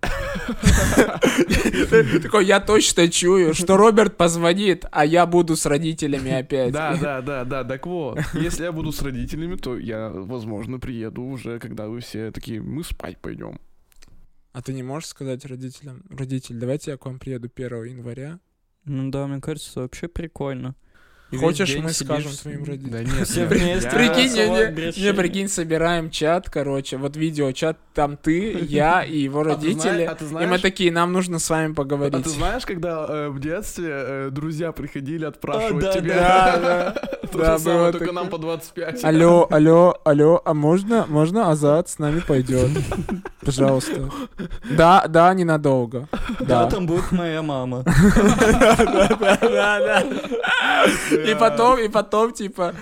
Speaker 1: Такой, я точно чую, что Роберт позвонит, а я буду с родителями опять.
Speaker 3: Да, да, да, да, так вот. Если я буду с родителями, то я, возможно, приеду уже, когда вы все такие, мы спать пойдем.
Speaker 1: А ты не можешь сказать родителям, родитель, давайте я к вам приеду 1 января.
Speaker 2: Ну да, мне кажется, это вообще прикольно. И весь
Speaker 1: Хочешь,
Speaker 2: день
Speaker 1: мы
Speaker 2: сидишь
Speaker 1: скажем
Speaker 2: с-
Speaker 1: своим родителям?
Speaker 3: нет,
Speaker 2: Все
Speaker 3: нет,
Speaker 2: вместе.
Speaker 3: я-
Speaker 1: Прикинь,
Speaker 2: салат
Speaker 1: не, не,
Speaker 2: без
Speaker 1: не,
Speaker 2: шеи.
Speaker 1: прикинь, собираем чат, короче, вот видеочат, там ты, я и его
Speaker 3: А ты зна-
Speaker 1: родители.
Speaker 3: а ты
Speaker 1: И мы
Speaker 3: знаешь-
Speaker 1: такие, нам нужно с вами
Speaker 3: А ты
Speaker 1: поговорить.
Speaker 3: знаешь, когда э, в детстве э, друзья приходили отпрашивать
Speaker 2: А, да,
Speaker 3: тебя?
Speaker 1: да, да.
Speaker 3: То
Speaker 1: Да,
Speaker 3: же самое,
Speaker 1: было
Speaker 3: только
Speaker 1: такое.
Speaker 3: нам по 25.
Speaker 1: Алло, алло, алло, а можно, можно Азат с нами пойдет? Пожалуйста. Да, да, ненадолго.
Speaker 2: Да,
Speaker 1: Да.
Speaker 2: там будет моя мама.
Speaker 1: И потом, и потом, типа,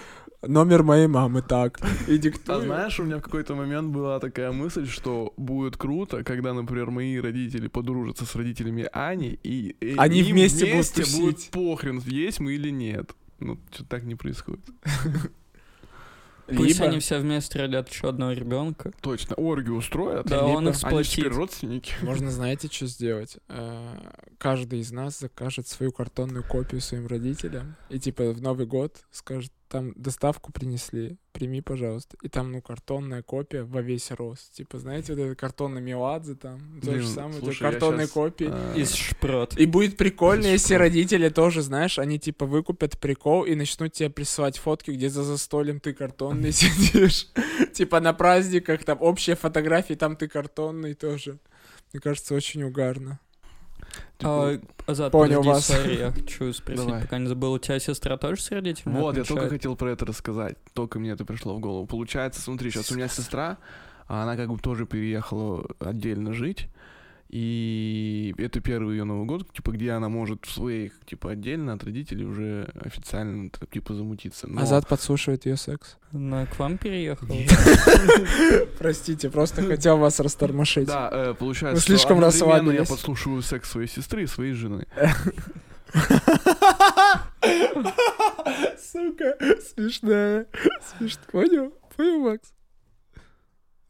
Speaker 1: номер моей мамы, так. И
Speaker 3: А
Speaker 1: диктуй.
Speaker 3: знаешь, у меня в какой-то момент была такая мысль, что будет круто, когда, например, мои родители подружатся с родителями Ани, и, и
Speaker 1: Они
Speaker 3: им
Speaker 1: вместе будут тусить.
Speaker 3: будет похрен, есть мы или нет. Ну, что так не происходит.
Speaker 2: Пусть они все вместе родят еще одного ребенка.
Speaker 3: Точно, оргию устроят.
Speaker 2: Да,
Speaker 1: либо
Speaker 2: он их
Speaker 3: Они же теперь
Speaker 2: сплотит.
Speaker 3: родственники.
Speaker 1: Можно, знаете, что сделать? Э, Каждый из нас закажет свою картонную копию своим родителям. И типа в Новый год скажет, там доставку принесли, прими, пожалуйста. И там, ну, картонная копия во весь рост. Типа, знаете, вот это картонный Меладзе там, то же
Speaker 3: Блин,
Speaker 1: самое,
Speaker 3: Ну, слушай, я
Speaker 1: картонные
Speaker 3: щас,
Speaker 1: копии.
Speaker 3: а,
Speaker 2: Из шпрот.
Speaker 1: И будет прикольно,
Speaker 3: Здесь
Speaker 1: если
Speaker 3: прикол.
Speaker 1: родители тоже, знаешь, они типа выкупят прикол и начнут тебе присылать фотки, где за застольем ты картонный сидишь. Типа на праздниках, там общие фотографии, там ты картонный тоже. Мне кажется, очень угарно.
Speaker 2: А, Азат,
Speaker 1: Понял
Speaker 2: подожди,
Speaker 1: вас.
Speaker 2: сорри, я хочу спросить,
Speaker 3: Давай.
Speaker 2: пока не забыл. У тебя сестра тоже с родителями
Speaker 3: Вот, я только
Speaker 2: отмечает?
Speaker 3: хотел про это рассказать. Только мне это пришло в голову. Получается, смотри, сейчас у меня сестра, а она как бы тоже переехала отдельно жить. И это первый ее Новый год, типа, где она может в своих, типа, отдельно от родителей уже официально, так, типа, замутиться. Но
Speaker 1: Азат подслушивает ее секс.
Speaker 2: Она к вам переехала?
Speaker 1: Простите, просто хотел вас растормошить.
Speaker 3: Да, э, получается,
Speaker 1: Вы
Speaker 3: что
Speaker 1: слишком
Speaker 3: одновременно я
Speaker 1: расслабились.
Speaker 3: подслушиваю секс своей сестры и своей жены.
Speaker 1: Сука, смешная. Смешно. Понял? Понял, Макс?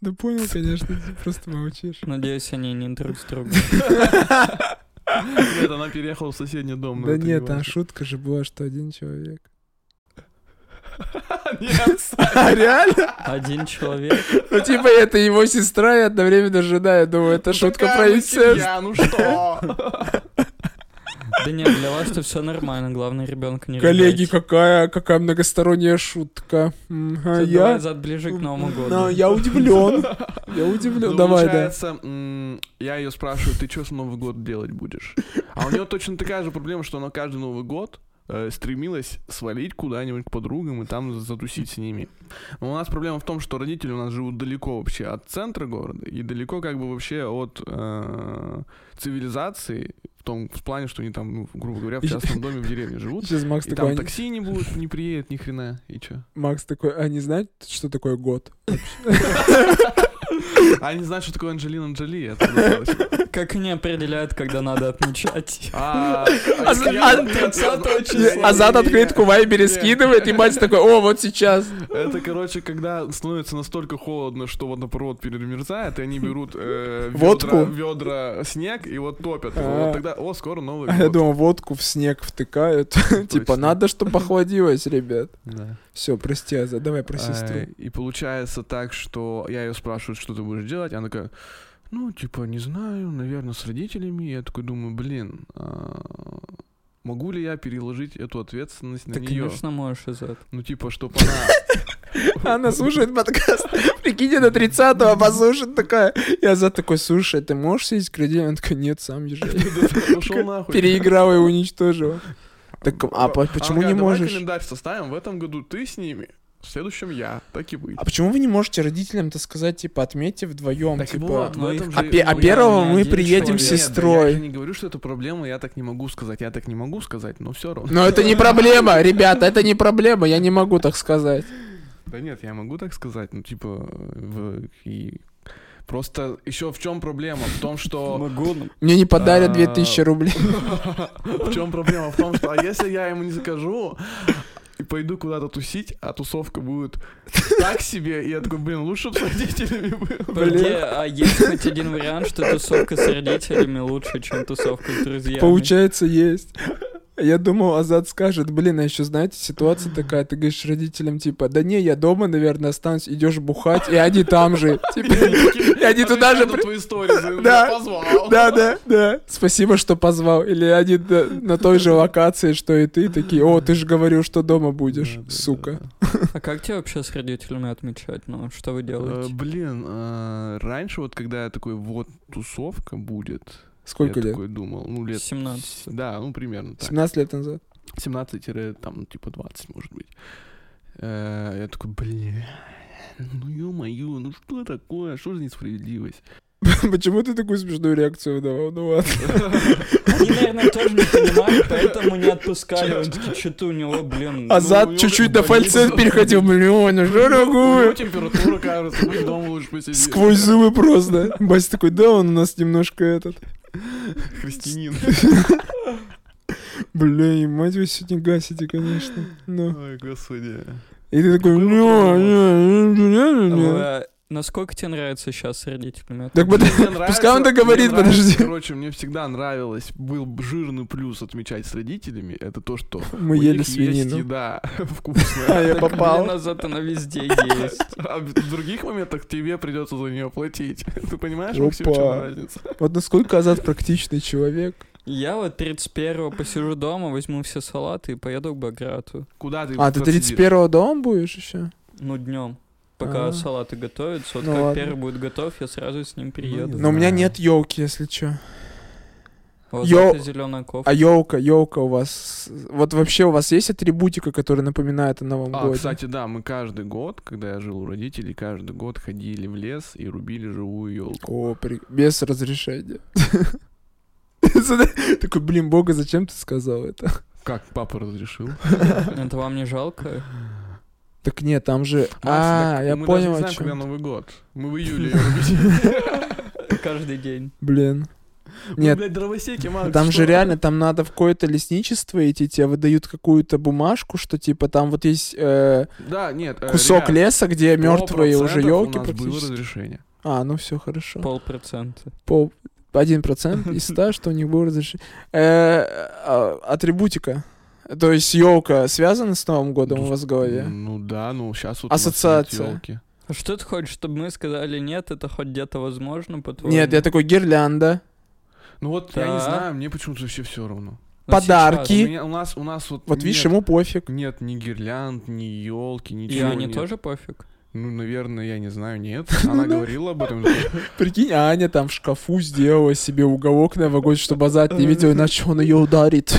Speaker 1: Да понял, конечно, ты просто молчишь.
Speaker 2: Надеюсь, они не друг с другом.
Speaker 3: Нет, она переехала в соседний дом. но
Speaker 1: Да
Speaker 3: это не
Speaker 1: нет, там
Speaker 3: важно.
Speaker 1: шутка же была, что один человек.
Speaker 3: Нет,
Speaker 1: А реально?
Speaker 2: Один человек.
Speaker 1: Ну, типа, это его сестра и одновременно жена. Я думаю, это шутка про инцест.
Speaker 3: Ну что?
Speaker 2: Да нет, для вас-то все нормально, главное ребенка не
Speaker 1: Коллеги,
Speaker 2: ругайте.
Speaker 1: какая, какая многосторонняя шутка. М, а
Speaker 2: Всё, давай,
Speaker 1: я...
Speaker 2: зад ближе к Новому году.
Speaker 1: Ну, я удивлен. Я удивлен. Ну, Давай, да.
Speaker 3: Ну, Получается, м, я ее спрашиваю, ты что с Новый год делать будешь? А у нее точно такая же проблема, что она каждый Новый год э, стремилась свалить куда-нибудь к подругам и там затусить с ними. Но у нас проблема в том, что родители у нас живут далеко вообще от центра города и далеко как бы вообще от э, цивилизации в том в плане, что они там, ну, грубо говоря, в частном доме в деревне живут.
Speaker 1: Сейчас Макс
Speaker 3: И там
Speaker 1: такой,
Speaker 3: такси не будет, не приедет ни хрена, и чё?
Speaker 1: Макс такой, а не знают, что такое год?
Speaker 3: А не знают, что такое Анджелина Джоли. я оттуда спросил.
Speaker 2: Как они определяют, когда надо отмечать?
Speaker 3: А
Speaker 1: А за-
Speaker 3: я-
Speaker 1: а-
Speaker 3: я-
Speaker 2: 30 числа.
Speaker 1: А зад открытку Вайбере
Speaker 3: Нет.
Speaker 1: скидывает, и мать такой, о, вот сейчас.
Speaker 3: Это, короче, когда становится настолько холодно, что водопровод перемерзает, и они берут э,
Speaker 1: Водку?
Speaker 3: ведра, ведра снег и вот топят. его.
Speaker 1: А.
Speaker 3: Вот тогда, о, скоро Новый
Speaker 1: А я
Speaker 3: год.
Speaker 1: думал, водку в снег втыкают. Типа,
Speaker 3: Точно.
Speaker 1: надо, чтобы похладилось, ребят.
Speaker 3: Да.
Speaker 1: Все, прости, Аза, давай про
Speaker 3: А,
Speaker 1: сестру.
Speaker 3: И получается так, что я ее спрашиваю, что ты будешь делать, она такая, ну, типа, не знаю, наверное, с родителями. Я такой думаю, блин, а, могу ли я переложить эту ответственность на
Speaker 2: Ты,
Speaker 3: нее?
Speaker 2: конечно, можешь, Азат.
Speaker 3: Ну, типа, чтобы она...
Speaker 1: Она слушает подкаст, прикинь, до 30-го послушает такая. И Азат такой, слушай, ты можешь съездить к родителям? Она такая, нет, сам езжай.
Speaker 3: Пошел нахуй.
Speaker 1: Переиграл и уничтожил. Так, а по- почему
Speaker 3: Она
Speaker 1: не
Speaker 3: говорит, «Давай
Speaker 1: можешь?
Speaker 3: календарь составим, в этом году ты с ними, в следующем я, так и быть.
Speaker 1: А почему вы не можете родителям-то сказать, типа, отметьте вдвоем,
Speaker 3: Так
Speaker 1: типа...
Speaker 3: вот.
Speaker 2: Ну,
Speaker 3: в
Speaker 2: их
Speaker 3: этом же-
Speaker 1: А, пе- а
Speaker 2: ну, я
Speaker 1: первого
Speaker 2: не
Speaker 1: мы
Speaker 2: один
Speaker 1: приедем с
Speaker 2: человек.
Speaker 3: Я
Speaker 1: сестрой.
Speaker 3: же не говорю, что это проблема, я так не могу сказать, я так не могу сказать, но все равно.
Speaker 1: Но это не проблема, ребята, это не проблема, я не могу так сказать.
Speaker 3: Да нет, я могу так сказать, ну типа в- и просто еще в чем проблема? В том, что
Speaker 2: Могу.
Speaker 1: Мне не подарят
Speaker 3: А,
Speaker 1: 2000 рублей.
Speaker 3: в чем проблема? В том, что а если я ему не закажу и пойду куда-то тусить, а тусовка будет так себе, и я такой, блин, лучше б с родителями был.
Speaker 2: Подожди, а есть хоть один вариант, что тусовка с родителями лучше, чем тусовка с друзьями?
Speaker 1: Получается, есть. Я думал, Азат скажет, блин, а еще, знаете, ситуация такая, ты говоришь родителям, типа, да не, я дома, наверное, останусь, идешь бухать, и они там же. Типа, И они туда же...
Speaker 3: Отвечаю на
Speaker 1: при-
Speaker 3: твои истории,
Speaker 1: Да.
Speaker 3: я позвал.
Speaker 1: Да, да, да. Спасибо, что позвал. Или они да, на той же локации, что и ты, такие, о, ты же говорил, что дома будешь,
Speaker 3: Да, да,
Speaker 1: сука.
Speaker 2: А как тебе вообще с родителями отмечать? Ну, что вы
Speaker 3: Э,
Speaker 2: делаете?
Speaker 3: Блин, э, раньше вот когда я такой, вот тусовка будет,
Speaker 1: Сколько
Speaker 3: я
Speaker 1: лет?
Speaker 3: такой думал, ну лет...
Speaker 2: 17.
Speaker 3: Да, ну примерно так.
Speaker 1: 17 лет назад.
Speaker 3: 17 там типа 20, может быть. Э, Я такой, блин, ну ё-моё, ну что такое, что за несправедливость?
Speaker 1: Почему ты такую смешную реакцию давал? Ну ладно.
Speaker 2: Они, наверное, тоже не понимали, поэтому не отпускали. Он такие, что-то у него, блин...
Speaker 1: А зад
Speaker 3: ну,
Speaker 1: чуть-чуть на
Speaker 3: блин.
Speaker 1: фальцет переходил. Блин, ну что
Speaker 3: У него
Speaker 1: такое?
Speaker 3: температура, кажется, мы дома лучше посидеть.
Speaker 1: Сквозь зубы просто. Бася такой, да, он у нас немножко этот.
Speaker 3: Христианин.
Speaker 1: Блин, мать вы сегодня гасите, конечно. Ну.
Speaker 3: Ой, господи.
Speaker 1: И ты такой,
Speaker 3: Ну,
Speaker 1: не, не, не, не, не».
Speaker 2: А, Насколько тебе нравится сейчас с родителями?
Speaker 1: Так
Speaker 3: Мне
Speaker 1: вот,
Speaker 3: нравится-
Speaker 1: пускай он
Speaker 3: мне
Speaker 1: договорит,
Speaker 3: нравится,
Speaker 1: подожди.
Speaker 3: Короче, мне всегда нравилось, был б- жирный плюс отмечать с родителями, это то, что
Speaker 1: ну». мы
Speaker 3: у
Speaker 1: ели
Speaker 3: них есть
Speaker 1: свинину.
Speaker 3: еда
Speaker 1: А
Speaker 3: вкусная.
Speaker 1: я попал.
Speaker 2: назад она везде есть.
Speaker 3: А в других моментах тебе придется за нее платить. Ты понимаешь, Максим, в чем
Speaker 1: Опа.
Speaker 3: разница?
Speaker 1: Вот насколько Азат практичный человек.
Speaker 2: Я вот 31-го посижу дома, возьму все салаты и поеду к Баграту.
Speaker 3: Куда ты
Speaker 1: А, ты
Speaker 3: просидишь?
Speaker 1: 31-го дома будешь еще?
Speaker 2: Ну, днем. Пока
Speaker 1: А.
Speaker 2: салаты готовятся. Вот
Speaker 1: Ну
Speaker 2: как
Speaker 1: ладно. Ну,
Speaker 2: первый будет готов, я сразу с ним приеду.
Speaker 1: Но у меня
Speaker 3: знаю.
Speaker 1: нет елки, если что.
Speaker 2: Вот
Speaker 1: Йо.
Speaker 2: это зеленая кофта.
Speaker 1: А елка, елка у вас... Вот вообще у вас есть атрибутика, которая напоминает о Новом
Speaker 3: А,
Speaker 1: Годе?
Speaker 3: кстати, да, мы каждый год, когда я жил у родителей, каждый год ходили в лес и рубили живую елку.
Speaker 1: О, при- без разрешения. Такой, блин, бога, зачем ты сказал это?
Speaker 3: Как папа разрешил.
Speaker 1: А-
Speaker 2: Это вам не жалко?
Speaker 1: Так нет, там же...
Speaker 3: Макс,
Speaker 1: А,
Speaker 3: так
Speaker 1: я
Speaker 3: мы даже
Speaker 1: понял,
Speaker 3: не
Speaker 1: о
Speaker 3: знаем, когда
Speaker 1: чем.
Speaker 3: Новый год. Мы в июле ее рубили.
Speaker 2: Каждый день.
Speaker 1: Блин.
Speaker 3: Мы,
Speaker 1: Нет,
Speaker 3: блядь, дровосеки, Макс.
Speaker 1: Там же
Speaker 3: что?
Speaker 1: реально, там надо в какое-то лесничество идти, тебе выдают какую-то бумажку, что типа там вот есть э,
Speaker 3: Да, нет. э,
Speaker 1: кусок
Speaker 3: ребят,
Speaker 1: леса, где мертвые уже
Speaker 3: 100%
Speaker 1: елки
Speaker 3: у нас было
Speaker 1: практически.
Speaker 3: разрешение.
Speaker 1: А, ну все хорошо.
Speaker 2: Полпроцента.
Speaker 1: Пол... 1% из 100, что у них было разрешение. Э, а, Атрибутика. То есть елка связана с Новым годом
Speaker 3: Ну,
Speaker 1: у вас в голове?
Speaker 3: Ну да, ну сейчас вот
Speaker 1: Ассоциация.
Speaker 3: елки.
Speaker 2: А Что ты хочешь, чтобы мы сказали нет, это хоть где-то возможно, по-твоему?
Speaker 1: Нет, я такой гирлянда.
Speaker 3: Ну вот я не
Speaker 2: Так.
Speaker 3: знаю, мне почему-то вообще все равно.
Speaker 2: Но
Speaker 1: подарки.
Speaker 3: У,
Speaker 1: И-
Speaker 3: меня, у нас у нас вот.
Speaker 1: Вот видишь,
Speaker 3: нет-
Speaker 1: ему пофиг.
Speaker 3: Нет ни гирлянд, ни елки,
Speaker 2: сейчас. И
Speaker 3: ничего.
Speaker 2: они
Speaker 3: нет.
Speaker 2: тоже пофиг.
Speaker 3: Ну, наверное, я не знаю, нет. Она говорила об этом. такой,
Speaker 1: Прикинь, Аня там в шкафу сделала себе уголок новогодний, чтобы Азат не видел, иначе он ее ударит.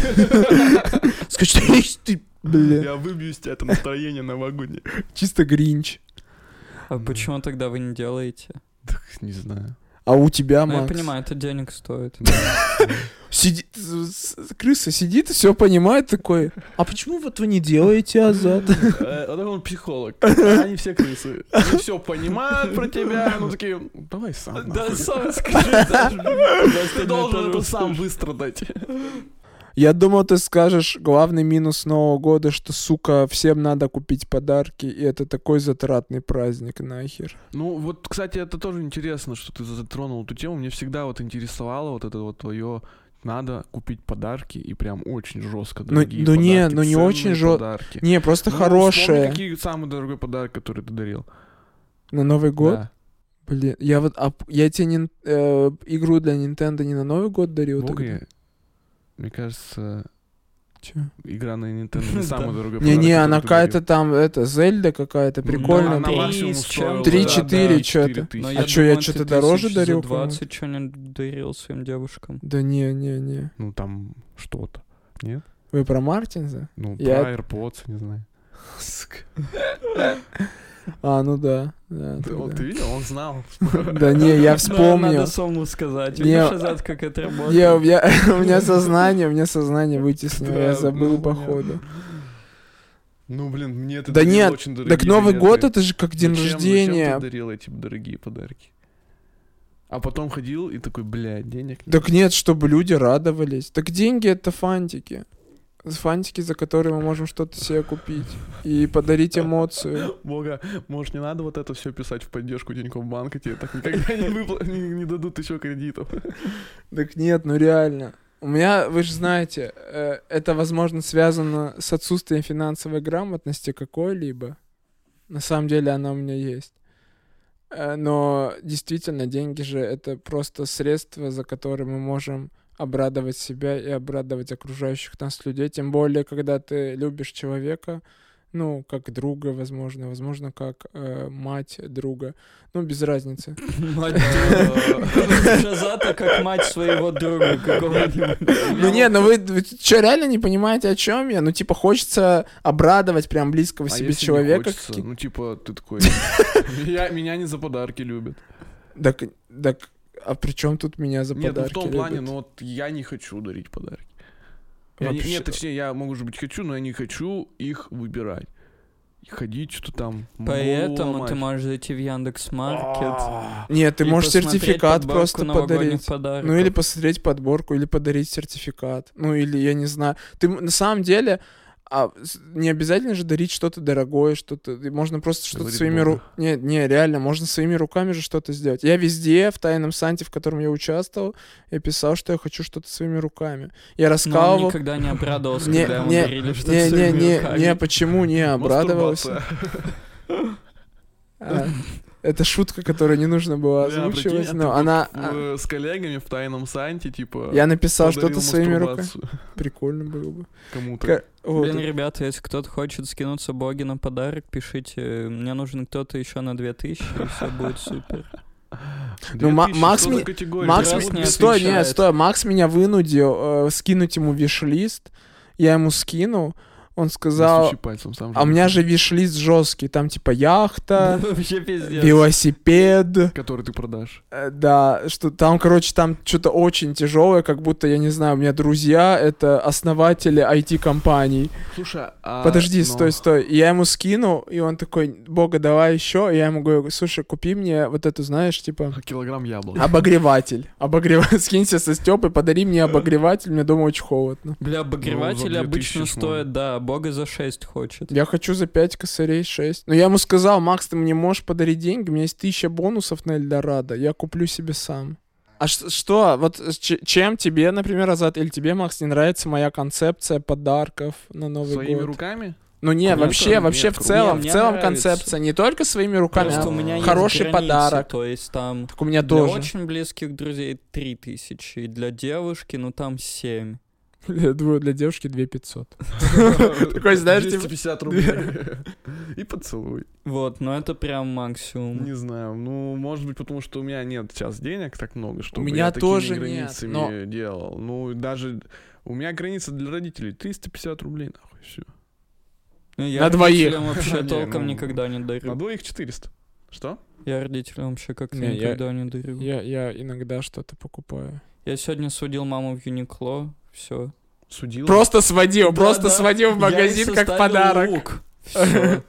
Speaker 1: Скажи, «Эх ты, бля,
Speaker 4: Я выбью из тебя это настроение новогоднее.
Speaker 1: чисто гринч.
Speaker 2: А почему тогда вы не делаете?
Speaker 3: Не знаю.
Speaker 1: А у тебя,
Speaker 2: Ну, я
Speaker 1: Макс,
Speaker 2: понимаю, это денег стоит.
Speaker 1: сидит, с- с- крыса сидит, все понимает такой, а почему вот вы не делаете, Азат?
Speaker 4: Э, Вот он психолог. Они все крысы.
Speaker 3: Они все понимают про тебя, ну такие, давай сам. нахуй».
Speaker 4: Да сам скажи, это ж, блин,
Speaker 3: Ты
Speaker 4: ты
Speaker 3: должен
Speaker 4: должен
Speaker 3: это
Speaker 4: это
Speaker 3: сам
Speaker 4: сам
Speaker 3: выстрадать.
Speaker 1: Я думал, ты скажешь, главный минус Нового года, что, сука, всем надо купить подарки, и это такой затратный праздник, нахер.
Speaker 3: Ну, вот, кстати, это тоже интересно, что ты затронул эту тему. Мне всегда вот интересовало вот это вот твое надо купить подарки и прям очень жестко
Speaker 1: Ну-
Speaker 3: дорогие
Speaker 1: ну не,
Speaker 3: подарки,
Speaker 1: ну не
Speaker 3: ценные
Speaker 1: очень жё-
Speaker 3: подарки.
Speaker 1: Не, просто
Speaker 3: Ну,
Speaker 1: хорошее.
Speaker 3: вспомни, какие самый дорогой подарок, который ты дарил?
Speaker 1: На Новый год?
Speaker 3: Да.
Speaker 1: Блин, я вот, а п- я тебе нин- э, игру для Nintendo не на Новый год дарил?
Speaker 3: Бог
Speaker 1: тогда?
Speaker 3: я- Мне кажется,
Speaker 1: Чё?
Speaker 3: игра на Nintendo не самый
Speaker 2: Да.
Speaker 3: дорогой подарок.
Speaker 1: Не-не,
Speaker 3: который
Speaker 1: она
Speaker 3: ты дарил.
Speaker 1: какая-то там, это, Зельда какая-то,
Speaker 3: Ну, да,
Speaker 1: прикольная.
Speaker 3: она
Speaker 2: Три
Speaker 3: максимум
Speaker 2: с
Speaker 3: стоила,
Speaker 2: чем-то.
Speaker 3: да,
Speaker 1: Три-четыре
Speaker 3: да,
Speaker 1: чё-то.
Speaker 3: четыре тысячи.
Speaker 2: Но
Speaker 1: А чё, я
Speaker 2: думаю,
Speaker 1: чё-то
Speaker 2: ты
Speaker 1: дороже
Speaker 2: тысяч
Speaker 1: дарил
Speaker 2: За
Speaker 1: кому-то?
Speaker 2: 20 что-нибудь дарил своим девушкам.
Speaker 1: Да не-не-не.
Speaker 3: Ну, там что-то.
Speaker 1: Вы про Мартинза?
Speaker 3: Ну,
Speaker 1: Я-
Speaker 3: про AirPods, не знаю.
Speaker 1: А, ну да. Да,
Speaker 3: Ты-
Speaker 1: тогда.
Speaker 3: вот Ты видел? Он знал.
Speaker 1: Да не, я
Speaker 2: Да,
Speaker 1: вспомнил.
Speaker 2: Надо Сому сказать.
Speaker 1: Не-
Speaker 2: Видишь, Азат, как это работает?
Speaker 1: Не, у меня, у меня сознание, у меня сознание вытеснило, я
Speaker 3: Да,
Speaker 1: забыл
Speaker 3: ну,
Speaker 1: походу.
Speaker 3: Ну, блин, мне это
Speaker 1: Да
Speaker 3: дарил
Speaker 1: нет,
Speaker 3: очень дорогие
Speaker 1: Так Новый
Speaker 3: билеты.
Speaker 1: год это же как день
Speaker 3: Зачем- Зачем
Speaker 1: рождения.
Speaker 3: ты дарил эти дорогие подарки? А потом ходил и такой, блядь, денег нет.
Speaker 1: Так нет, чтобы люди радовались. Так деньги это фантики. Фантики, за которые мы можем что-то себе купить. И подарить эмоцию.
Speaker 3: Бога, может, не надо вот это все писать в поддержку Тинькофф банка, тебе так никогда не, выпла- не, не дадут еще кредитов.
Speaker 1: Так нет, ну реально. У меня, вы же знаете, э, это, возможно, связано с отсутствием финансовой грамотности какой-либо. На самом деле она у меня есть. Э, Но действительно, деньги же это просто средство, за которое мы можем обрадовать себя и обрадовать окружающих нас людей. Тем более, когда ты любишь человека, ну, как друга, возможно, возможно, как э, мать друга. Ну, без разницы.
Speaker 2: Мать друга. Видишь, Азата, а как мать своего друга какого-нибудь.
Speaker 1: Ну не, ну вы, вы что, реально не понимаете, о чем я? Ну, типа, хочется обрадовать прям близкого
Speaker 3: А
Speaker 1: себе
Speaker 3: если не
Speaker 1: человека.
Speaker 3: хочется?
Speaker 1: каки-
Speaker 3: Ну, типа, ты такой, «Я- меня не за подарки любят.
Speaker 1: Так, так, а при чем тут меня за
Speaker 3: Нет, ну, в
Speaker 1: подарки
Speaker 3: том плане,
Speaker 1: любят?
Speaker 3: ну, вот я не хочу дарить подарки. Я не-
Speaker 1: Вообще. э,
Speaker 3: Нет, точнее, я, может быть, хочу, но я не хочу их выбирать. И Ходить, что там. могу
Speaker 2: Поэтому
Speaker 3: ломать.
Speaker 2: ты можешь зайти в Яндекс Маркет.
Speaker 3: А,
Speaker 1: Нет, ты
Speaker 2: и
Speaker 1: можешь
Speaker 2: посмотреть
Speaker 1: сертификат
Speaker 2: подборку
Speaker 1: просто
Speaker 2: новогодних
Speaker 1: подарить.
Speaker 2: подарков.
Speaker 1: Ну или посмотреть подборку, или подарить сертификат. Ну или, я не знаю. Ты м- на самом деле... А с- не обязательно же дарить что-то дорогое, что-то. и Можно просто что-то
Speaker 3: Говорит
Speaker 1: своими
Speaker 3: Бога.
Speaker 1: руками. Не, не, реально, можно своими руками же что-то сделать. Я везде, в тайном санте, в котором я участвовал, я писал, что я хочу что-то своими руками. Я
Speaker 2: Но он
Speaker 1: раскалывал.
Speaker 2: никогда не обрадовался,
Speaker 1: Не,
Speaker 2: когда ему
Speaker 1: не,
Speaker 2: дарили что-то
Speaker 1: Не, не,
Speaker 2: своими
Speaker 1: не,
Speaker 2: руками.
Speaker 1: не, почему не обрадовался?
Speaker 3: мастурбация.
Speaker 1: А, Это шутка, которую не нужно было
Speaker 3: Бля, прикинь,
Speaker 1: озвучивать,
Speaker 3: а
Speaker 1: но
Speaker 3: ты
Speaker 1: она. а,
Speaker 3: Мы С коллегами в тайном санте, типа...
Speaker 1: Я написал
Speaker 3: подарил
Speaker 1: что-то своими руками.
Speaker 3: мастурбацию
Speaker 1: Прикольно было бы.
Speaker 3: Кому-то.
Speaker 1: Ка- вот.
Speaker 2: Блин, ребята, если кто-то хочет скинуться Боги на подарок, пишите. Мне нужен кто-то еще на 2000, и все будет супер.
Speaker 1: Ну, Ма-
Speaker 3: 2000,
Speaker 1: Макс
Speaker 3: что за
Speaker 1: ми-
Speaker 3: категория?
Speaker 1: Макс,
Speaker 2: раз
Speaker 1: ми-
Speaker 2: не
Speaker 1: стой, нет,
Speaker 2: отвечает.
Speaker 1: стой, Макс меня вынудил э, скинуть ему виш-лист. Я ему скинул, он
Speaker 3: Не
Speaker 1: сказал,
Speaker 3: стучи пальцем, сам
Speaker 1: а у меня
Speaker 3: написал.
Speaker 1: же виш-лист жесткий, там типа яхта,
Speaker 2: Вообще пиздец.
Speaker 1: велосипед,
Speaker 3: Который ты продашь.
Speaker 1: э, да, что там, короче, там что-то очень тяжелое, как будто, я не знаю, у меня друзья, это основатели IT-компаний.
Speaker 3: Слушай, а...
Speaker 1: Подожди,
Speaker 2: ну.
Speaker 3: но-
Speaker 1: стой, стой. И Я ему скинул, и он такой, бога, давай еще. И я ему говорю, слушай, купи мне вот эту, знаешь, типа...
Speaker 3: Килограмм яблок.
Speaker 1: Обогреватель. Обогреватель. Скинься со Степой, подари мне обогреватель, мне дома очень холодно.
Speaker 2: Бля, обогреватели
Speaker 3: Ну, за 2000
Speaker 2: обычно
Speaker 3: можно.
Speaker 2: стоят, да, Бога за 6 хочет.
Speaker 1: Я хочу за 5 косарей 6. Но я ему сказал, Макс, ты мне можешь подарить деньги, у меня есть тысяча бонусов на Эльдорадо, я куплю себе сам. А ш- что, вот с че- чем тебе, например, Азат, или тебе, Макс, не нравится моя концепция подарков на Новый
Speaker 3: Своими
Speaker 1: год?
Speaker 3: руками?
Speaker 1: Ну не,
Speaker 3: Круто,
Speaker 1: вообще,
Speaker 3: нет,
Speaker 1: вообще в
Speaker 3: круто.
Speaker 1: целом,
Speaker 2: Не,
Speaker 1: в
Speaker 2: мне
Speaker 1: целом
Speaker 2: нравится.
Speaker 1: концепция не только своими руками,
Speaker 2: Просто у
Speaker 1: а
Speaker 2: меня есть
Speaker 1: хороший
Speaker 2: границы,
Speaker 1: подарок.
Speaker 2: То есть там
Speaker 1: так у меня
Speaker 2: для
Speaker 1: тоже.
Speaker 2: очень близких друзей 3000, и для девушки, ну там 7.
Speaker 1: Я думаю, для девушки 2500.
Speaker 3: Такой,
Speaker 1: знаешь, типа-
Speaker 3: 250 рублей. И поцелуй.
Speaker 2: Вот, но это прям максимум.
Speaker 3: Не знаю, ну, может быть, потому что у меня нет сейчас денег так много, что
Speaker 1: меня
Speaker 3: я такими
Speaker 1: тоже нет,
Speaker 3: границами
Speaker 1: но-
Speaker 3: делал. Ну, и даже у меня граница для родителей 350 рублей, нахуй, все.
Speaker 2: Ну, я
Speaker 1: На двоих.
Speaker 2: родителям вообще
Speaker 3: Не,
Speaker 2: толком
Speaker 3: ну,
Speaker 2: никогда не
Speaker 3: На
Speaker 2: дарю.
Speaker 3: двоих 400. Что?
Speaker 2: Я родителям вообще как-то
Speaker 1: Не, я-
Speaker 2: никогда не
Speaker 3: Ну.
Speaker 2: дарю.
Speaker 1: Я, я иногда что-то покупаю.
Speaker 2: Я сегодня судил маму в Юникло, все.
Speaker 3: Судил?
Speaker 1: Просто сводил, просто
Speaker 2: да.
Speaker 1: сводил в магазин как подарок.
Speaker 2: Все.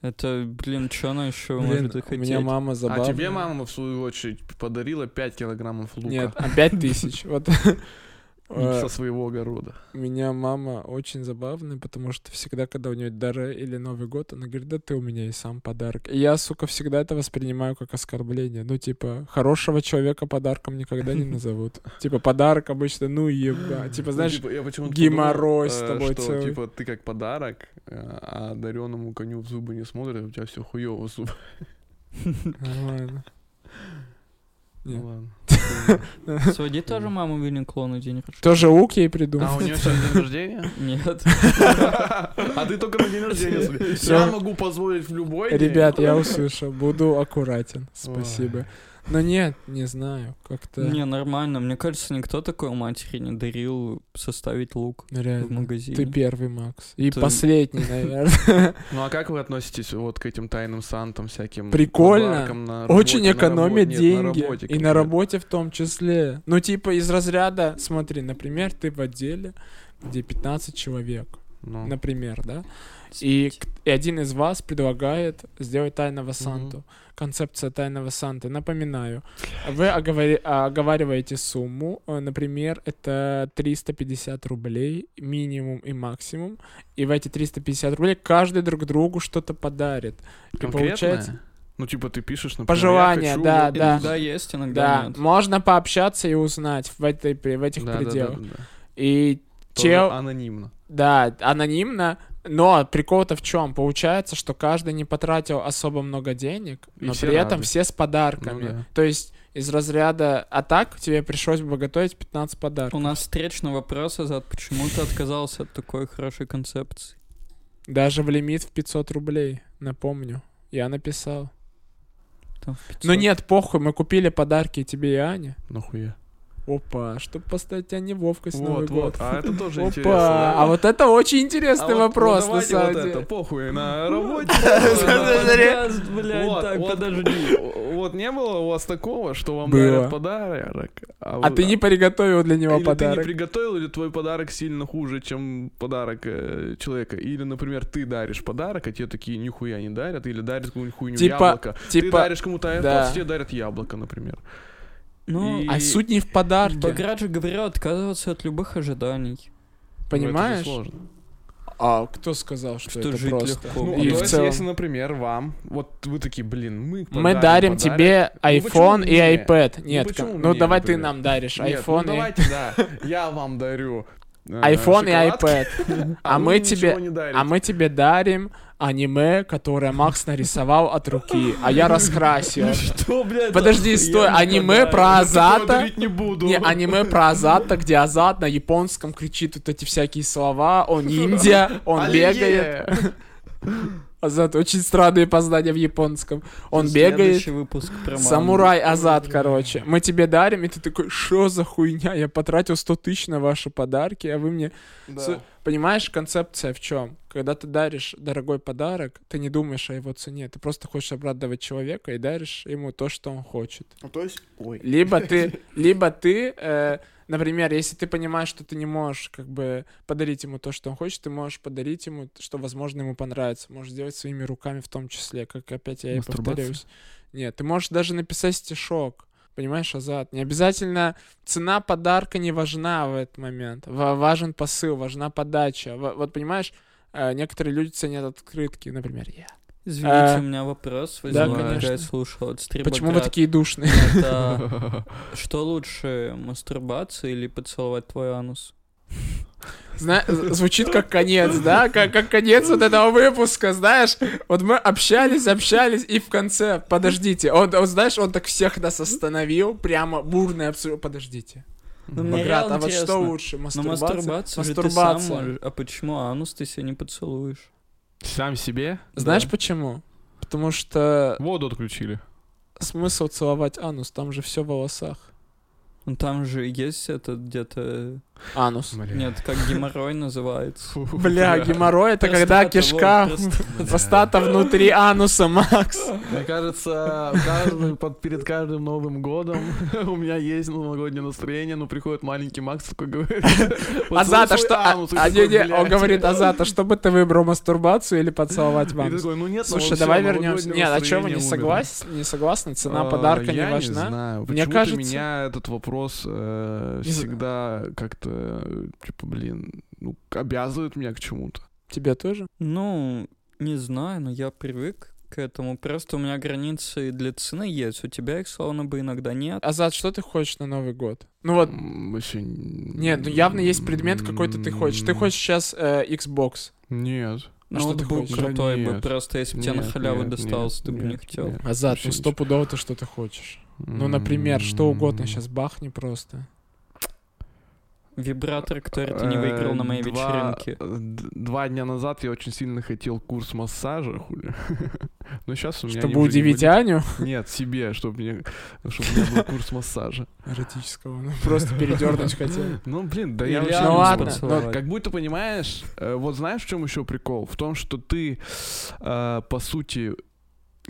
Speaker 2: Это, блин, что она еще
Speaker 1: Блин,
Speaker 2: может
Speaker 1: у меня
Speaker 2: хотеть?
Speaker 1: мама
Speaker 3: А
Speaker 1: забавная.
Speaker 3: тебе мама, в свою очередь, подарила 5 килограммов лука.
Speaker 1: Нет, а пять тысяч. Вот. Э,
Speaker 3: Со своего огорода.
Speaker 1: У меня мама очень забавная, потому что всегда, когда у нее дары или Новый год, она говорит, да ты у меня и сам подарок. И я, сука, всегда это воспринимаю как оскорбление. Ну, типа, хорошего человека подарком никогда не назовут. Типа, подарок обычно, ну, еба. Типа,
Speaker 3: Ну,
Speaker 1: знаешь,
Speaker 3: типа, я почему-то
Speaker 1: геморрой с
Speaker 3: э,
Speaker 1: тобой
Speaker 3: что,
Speaker 1: целый.
Speaker 3: Типа, ты как подарок, э, а дареному коню в зубы не смотрят, у тебя все хуево зубы.
Speaker 1: нормально. Нет.
Speaker 3: Ну ладно.
Speaker 2: Своди тоже маму в Юникло на день рождения.
Speaker 1: Тоже лук ей придумал.
Speaker 3: А у нее сегодня день рождения?
Speaker 2: Нет.
Speaker 3: А ты только на день рождения смотри.
Speaker 1: Всё.
Speaker 3: Я могу позволить в любой день.
Speaker 1: Ребят, я услышал, буду аккуратен, спасибо. Но нет, не знаю, как-то...
Speaker 2: Не, нормально. Мне кажется, никто такой матери не дарил составить лук
Speaker 1: ну,
Speaker 2: в
Speaker 1: реально.
Speaker 2: магазине.
Speaker 1: Ты первый, Макс. И
Speaker 2: Ты-
Speaker 1: последний, наверное.
Speaker 3: Ну а как вы относитесь вот к этим тайным сантам всяким?
Speaker 1: Прикольно.
Speaker 3: подаркам на работе?
Speaker 1: Очень
Speaker 3: На
Speaker 1: экономят
Speaker 3: работе- нет, на
Speaker 1: деньги.
Speaker 3: работе
Speaker 1: и на
Speaker 3: конкретно.
Speaker 1: работе в том числе. Ну, типа, из разряда, смотри, например, ты в отделе, где 15 человек,
Speaker 3: Ну.
Speaker 1: например, да? И, к- и один из вас предлагает сделать тайного Санту. Концепция тайного Санты. Напоминаю, вы оговори- а, оговариваете сумму. э, Например, это 350 рублей, минимум и максимум. И в эти 350 рублей каждый друг другу что-то подарит. И
Speaker 3: Конкретное?
Speaker 1: получается...
Speaker 3: Ну типа ты пишешь, например,
Speaker 1: Пожелания,
Speaker 3: я хочу-
Speaker 1: да, да.
Speaker 2: Иногда есть, иногда
Speaker 1: Да,
Speaker 2: нет.
Speaker 1: можно пообщаться и узнать в, этой, при- в этих
Speaker 3: Да, да, да,
Speaker 1: пределах.
Speaker 3: да, да.
Speaker 1: И
Speaker 3: Тоже
Speaker 1: чел,
Speaker 3: Анонимно.
Speaker 1: да, анонимно, но прикол-то в чем? Получается, что каждый не потратил особо много денег,
Speaker 3: И
Speaker 1: но
Speaker 3: все
Speaker 1: при этом
Speaker 3: рады.
Speaker 1: все с подарками.
Speaker 3: Ну да.
Speaker 1: То есть из разряда «А так тебе пришлось бы готовить 15
Speaker 2: У
Speaker 1: подарков».
Speaker 2: нас встречный вопрос, Азат, почему ты отказался от такой хорошей концепции?
Speaker 1: Даже в лимит в 500 рублей, напомню. Я написал.
Speaker 2: Там в 500.
Speaker 1: Ну нет, похуй, мы купили подарки и тебе и Ане.
Speaker 3: Нахуя?
Speaker 1: Опа, чтобы поставить Ане Вовка с Новый
Speaker 3: Вот,
Speaker 1: год.
Speaker 3: вот. А это тоже
Speaker 1: Опа,
Speaker 3: интересно. да?
Speaker 1: а вот это очень
Speaker 3: А
Speaker 1: интересный
Speaker 3: вот, ну,
Speaker 1: вопрос, на
Speaker 3: давайте
Speaker 1: самом
Speaker 3: вот
Speaker 1: деле.
Speaker 3: это, похуй, на работе.
Speaker 2: Подкаст, ну, блядь,
Speaker 3: Вот,
Speaker 2: так,
Speaker 3: вот.
Speaker 2: подожди.
Speaker 3: Вот не было у вас такого, что вам
Speaker 1: Было.
Speaker 3: дарят подарок,
Speaker 1: А
Speaker 3: вы-
Speaker 1: ты не приготовил для него
Speaker 3: или ты не
Speaker 1: подарок.
Speaker 3: приготовил, или твой подарок сильно хуже, чем подарок э, человека. Или, например, ты даришь подарок, а тебе такие нихуя не дарят, или дарят какую-нибудь хуйню
Speaker 1: Типа-
Speaker 3: яблоко. ты
Speaker 1: Типа,
Speaker 3: даришь кому-то AirPods,
Speaker 1: да.
Speaker 3: тебе дарят яблоко, например.
Speaker 2: Ну,
Speaker 3: И-
Speaker 1: а суть не в подарке,
Speaker 2: Баграт же говорил отказываться от любых ожиданий.
Speaker 1: понимаешь?
Speaker 3: Ну, это же сложно.
Speaker 1: а кто сказал, что,
Speaker 2: Что
Speaker 1: это
Speaker 2: жить
Speaker 1: просто?
Speaker 2: легко.
Speaker 3: Ну,
Speaker 2: Ну,
Speaker 3: а
Speaker 1: И
Speaker 3: то
Speaker 1: в
Speaker 3: есть,
Speaker 1: целом-
Speaker 3: если, например, вам, вот вы такие, блин, мы
Speaker 1: Мы дарим
Speaker 3: подарим
Speaker 1: тебе iPhone и
Speaker 3: Ну мне?
Speaker 1: iPad. Нет,
Speaker 3: почему
Speaker 1: кон-
Speaker 3: мне,
Speaker 1: ну давай ты
Speaker 3: например?
Speaker 1: нам даришь
Speaker 3: Нет,
Speaker 1: iPhone
Speaker 3: ну
Speaker 1: и
Speaker 3: давайте, да. Я вам дарю э,
Speaker 1: iPhone и
Speaker 3: шоколадки,
Speaker 1: iPad. А
Speaker 3: вы
Speaker 1: мы
Speaker 3: мне
Speaker 1: тебе,
Speaker 3: ничего не дарите. Ну
Speaker 1: а мы тебе дарим аниме, которое Макс нарисовал от руки, а я раскрасил.
Speaker 2: Что, блядь?
Speaker 1: Подожди, стой, аниме про
Speaker 3: Такого
Speaker 1: Азата.
Speaker 3: дарить не буду.
Speaker 1: Не, аниме про Азата, где Азат на японском кричит вот эти всякие слова, он ниндзя, он
Speaker 3: Оливье.
Speaker 1: бегает. Азат очень странные познания в японском. Он бегает,
Speaker 2: Следующий выпуск про маму.
Speaker 1: самурай Азат, короче. Мы тебе дарим, и ты такой, что за хуйня? Я потратил 100 тысяч на ваши подарки, а вы мне...
Speaker 3: Да.
Speaker 1: С- Понимаешь, концепция в чем? Когда ты даришь дорогой подарок, ты не думаешь о его цене, ты просто хочешь обрадовать человека и даришь ему то, что он хочет.
Speaker 4: Ну, то есть... Ой.
Speaker 1: Либо ты, либо ты, э, например, если ты понимаешь, что ты не можешь как бы подарить ему то, что он хочет, ты можешь подарить ему, т- что, возможно, ему понравится. Можешь сделать своими руками в том числе, как опять я и
Speaker 3: Мастурбация?
Speaker 1: повторяюсь. Нет, ты можешь даже написать стишок. Понимаешь, Азат? Не обязательно цена подарка не важна в этот момент. Ва- важен посыл, важна подача. Ва- вот понимаешь, э, некоторые люди ценят открытки, например, я.
Speaker 2: Извините,
Speaker 1: А,
Speaker 2: у меня вопрос
Speaker 1: да,
Speaker 2: возник, когда
Speaker 1: конечно.
Speaker 2: я слушал от стрима.
Speaker 1: Почему вы такие душные?
Speaker 2: Это что лучше, мастурбация или поцеловать твой анус?
Speaker 1: Зна- з- звучит как конец, да? Как, как конец вот этого выпуска, знаешь? Вот мы общались, общались, и в конце, подождите. Он, он, знаешь, он так всех нас остановил, прямо бурное абсолютно. Подождите.
Speaker 2: Ну, мне
Speaker 1: Баграт,
Speaker 2: реально
Speaker 1: а вот что
Speaker 2: интересно.
Speaker 1: лучше,
Speaker 2: Ну,
Speaker 1: мастурбация?
Speaker 2: мастурбацию же ты сам
Speaker 1: Мастурбация.
Speaker 2: можешь. А почему анус ты себя не поцелуешь?
Speaker 3: Сам себе
Speaker 1: Знаешь
Speaker 2: Да.
Speaker 1: почему? Потому что
Speaker 3: воду отключили.
Speaker 1: смысл целовать анус, там же все в волосах.
Speaker 2: Ну, там же есть это где-то...
Speaker 1: Анус.
Speaker 2: Нет, как геморрой называется.
Speaker 1: Бля, геморрой это когда
Speaker 2: Простата,
Speaker 1: кишка,
Speaker 2: вот, простата.
Speaker 1: простата внутри ануса, Макс.
Speaker 4: Мне кажется, каждый, под, перед каждым Новым годом у меня есть новогоднее настроение, но приходит маленький Макс такой говорит. ну,
Speaker 1: Азата, что... а- а, не, не, он говорит, Азата, что бы ты выбрал, мастурбацию или поцеловать
Speaker 4: И ты
Speaker 1: вам?
Speaker 4: такой, ну нет,
Speaker 1: Слушай, давай вернемся. Нет, а чем вы не согласны? Не согласны? Цена
Speaker 3: А,
Speaker 1: подарка не
Speaker 3: я Не
Speaker 1: важна?
Speaker 3: знаю.
Speaker 1: Мне
Speaker 3: Почему-то
Speaker 1: кажется-
Speaker 3: меня этот вопрос
Speaker 1: Не знаю.
Speaker 3: э, всегда как-то, э, типа, блин, ну, обязывает меня к чему-то.
Speaker 1: Тебе тоже?
Speaker 2: Ну, не знаю, но я привык к этому. Просто у меня границы для цены есть. У тебя их, словно бы, иногда
Speaker 3: А
Speaker 2: нет.
Speaker 1: Азат, что ты хочешь на Новый год? Ну вот,
Speaker 3: М, Вообще...
Speaker 1: нет, ну явно есть предмет какой-то ты хочешь. Ты хочешь сейчас э, Xbox.
Speaker 3: Нет.
Speaker 1: А что ты
Speaker 2: Ноутбук
Speaker 1: хочешь?
Speaker 2: крутой
Speaker 3: Да
Speaker 2: бы,
Speaker 3: нет,
Speaker 2: просто если бы тебе на
Speaker 3: нет,
Speaker 2: халяву
Speaker 3: нет,
Speaker 2: достался, ты бы не
Speaker 3: нет,
Speaker 2: хотел.
Speaker 3: нет.
Speaker 1: Азат,
Speaker 3: Вообще
Speaker 1: ну
Speaker 3: ничего.
Speaker 1: стопудово ты что-то хочешь. Ну, например, что угодно сейчас бахни просто.
Speaker 2: Вибратор, который ты не выиграл на моей
Speaker 3: Э, два-
Speaker 2: вечеринке.
Speaker 3: э, д- Два дня назад я очень сильно хотел курс массажа, хули. Но сейчас у меня...
Speaker 1: Чтобы
Speaker 3: они уже не
Speaker 1: удивить а?
Speaker 3: были.
Speaker 1: Аню.
Speaker 3: Нет, себе, чтобы мне, чтобы у меня был курс массажа.
Speaker 1: Эротического. Ну, просто передернуть хотел.
Speaker 3: Ну, блин, да
Speaker 2: И
Speaker 3: я... вообще
Speaker 2: реально
Speaker 1: Ну
Speaker 3: не
Speaker 1: ладно,
Speaker 3: знаю.
Speaker 2: поцеловать.
Speaker 3: Как будто понимаешь, э, вот знаешь, в чем еще прикол? В том, что ты, э, по сути,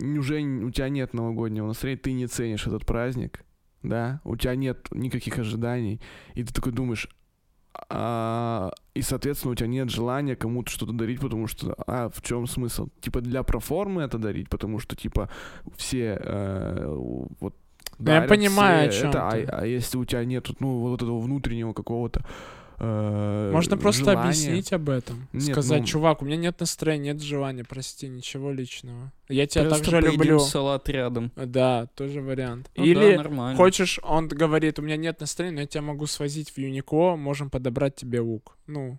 Speaker 3: н- уже н- у тебя нет новогоднего настроения, ты не ценишь этот праздник, да? У тебя нет никаких ожиданий, и ты такой думаешь, а, и, соответственно, у тебя нет желания кому-то что-то дарить, потому что, а, в чем смысл? Типа для проформы это дарить, потому что, типа, все э, вот
Speaker 1: Да я
Speaker 3: дарят,
Speaker 1: понимаю,
Speaker 3: все
Speaker 1: о чём
Speaker 3: это,
Speaker 1: ты.
Speaker 3: а, а если у тебя нет, ну, вот этого внутреннего какого-то э,
Speaker 1: Можно просто
Speaker 3: желания.
Speaker 1: объяснить об этом.
Speaker 3: Нет,
Speaker 1: Сказать,
Speaker 3: ну-
Speaker 1: чувак, у меня нет настроения, нет желания, прости, ничего личного. Я тебя
Speaker 2: Просто
Speaker 1: так же
Speaker 2: поедим
Speaker 1: люблю.
Speaker 2: салат рядом.
Speaker 1: Да, тоже вариант.
Speaker 2: Ну да,
Speaker 1: Или
Speaker 2: нормально.
Speaker 1: хочешь, он говорит, у меня нет настроения, но я тебя могу свозить в Юнико, можем подобрать тебе лук. Ну,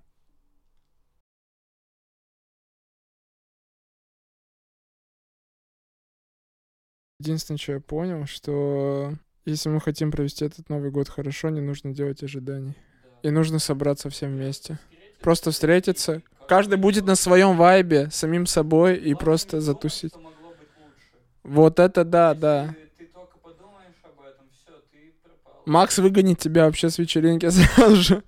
Speaker 1: Единственное, что я понял, что если мы хотим провести этот Новый год хорошо, не нужно делать ожиданий. И нужно собраться всем вместе. Просто встретиться. Каждый будет на своем вайбе, самим собой, и просто затусить. Вот это да, да. Макс выгонит тебя вообще с вечеринки сразу же.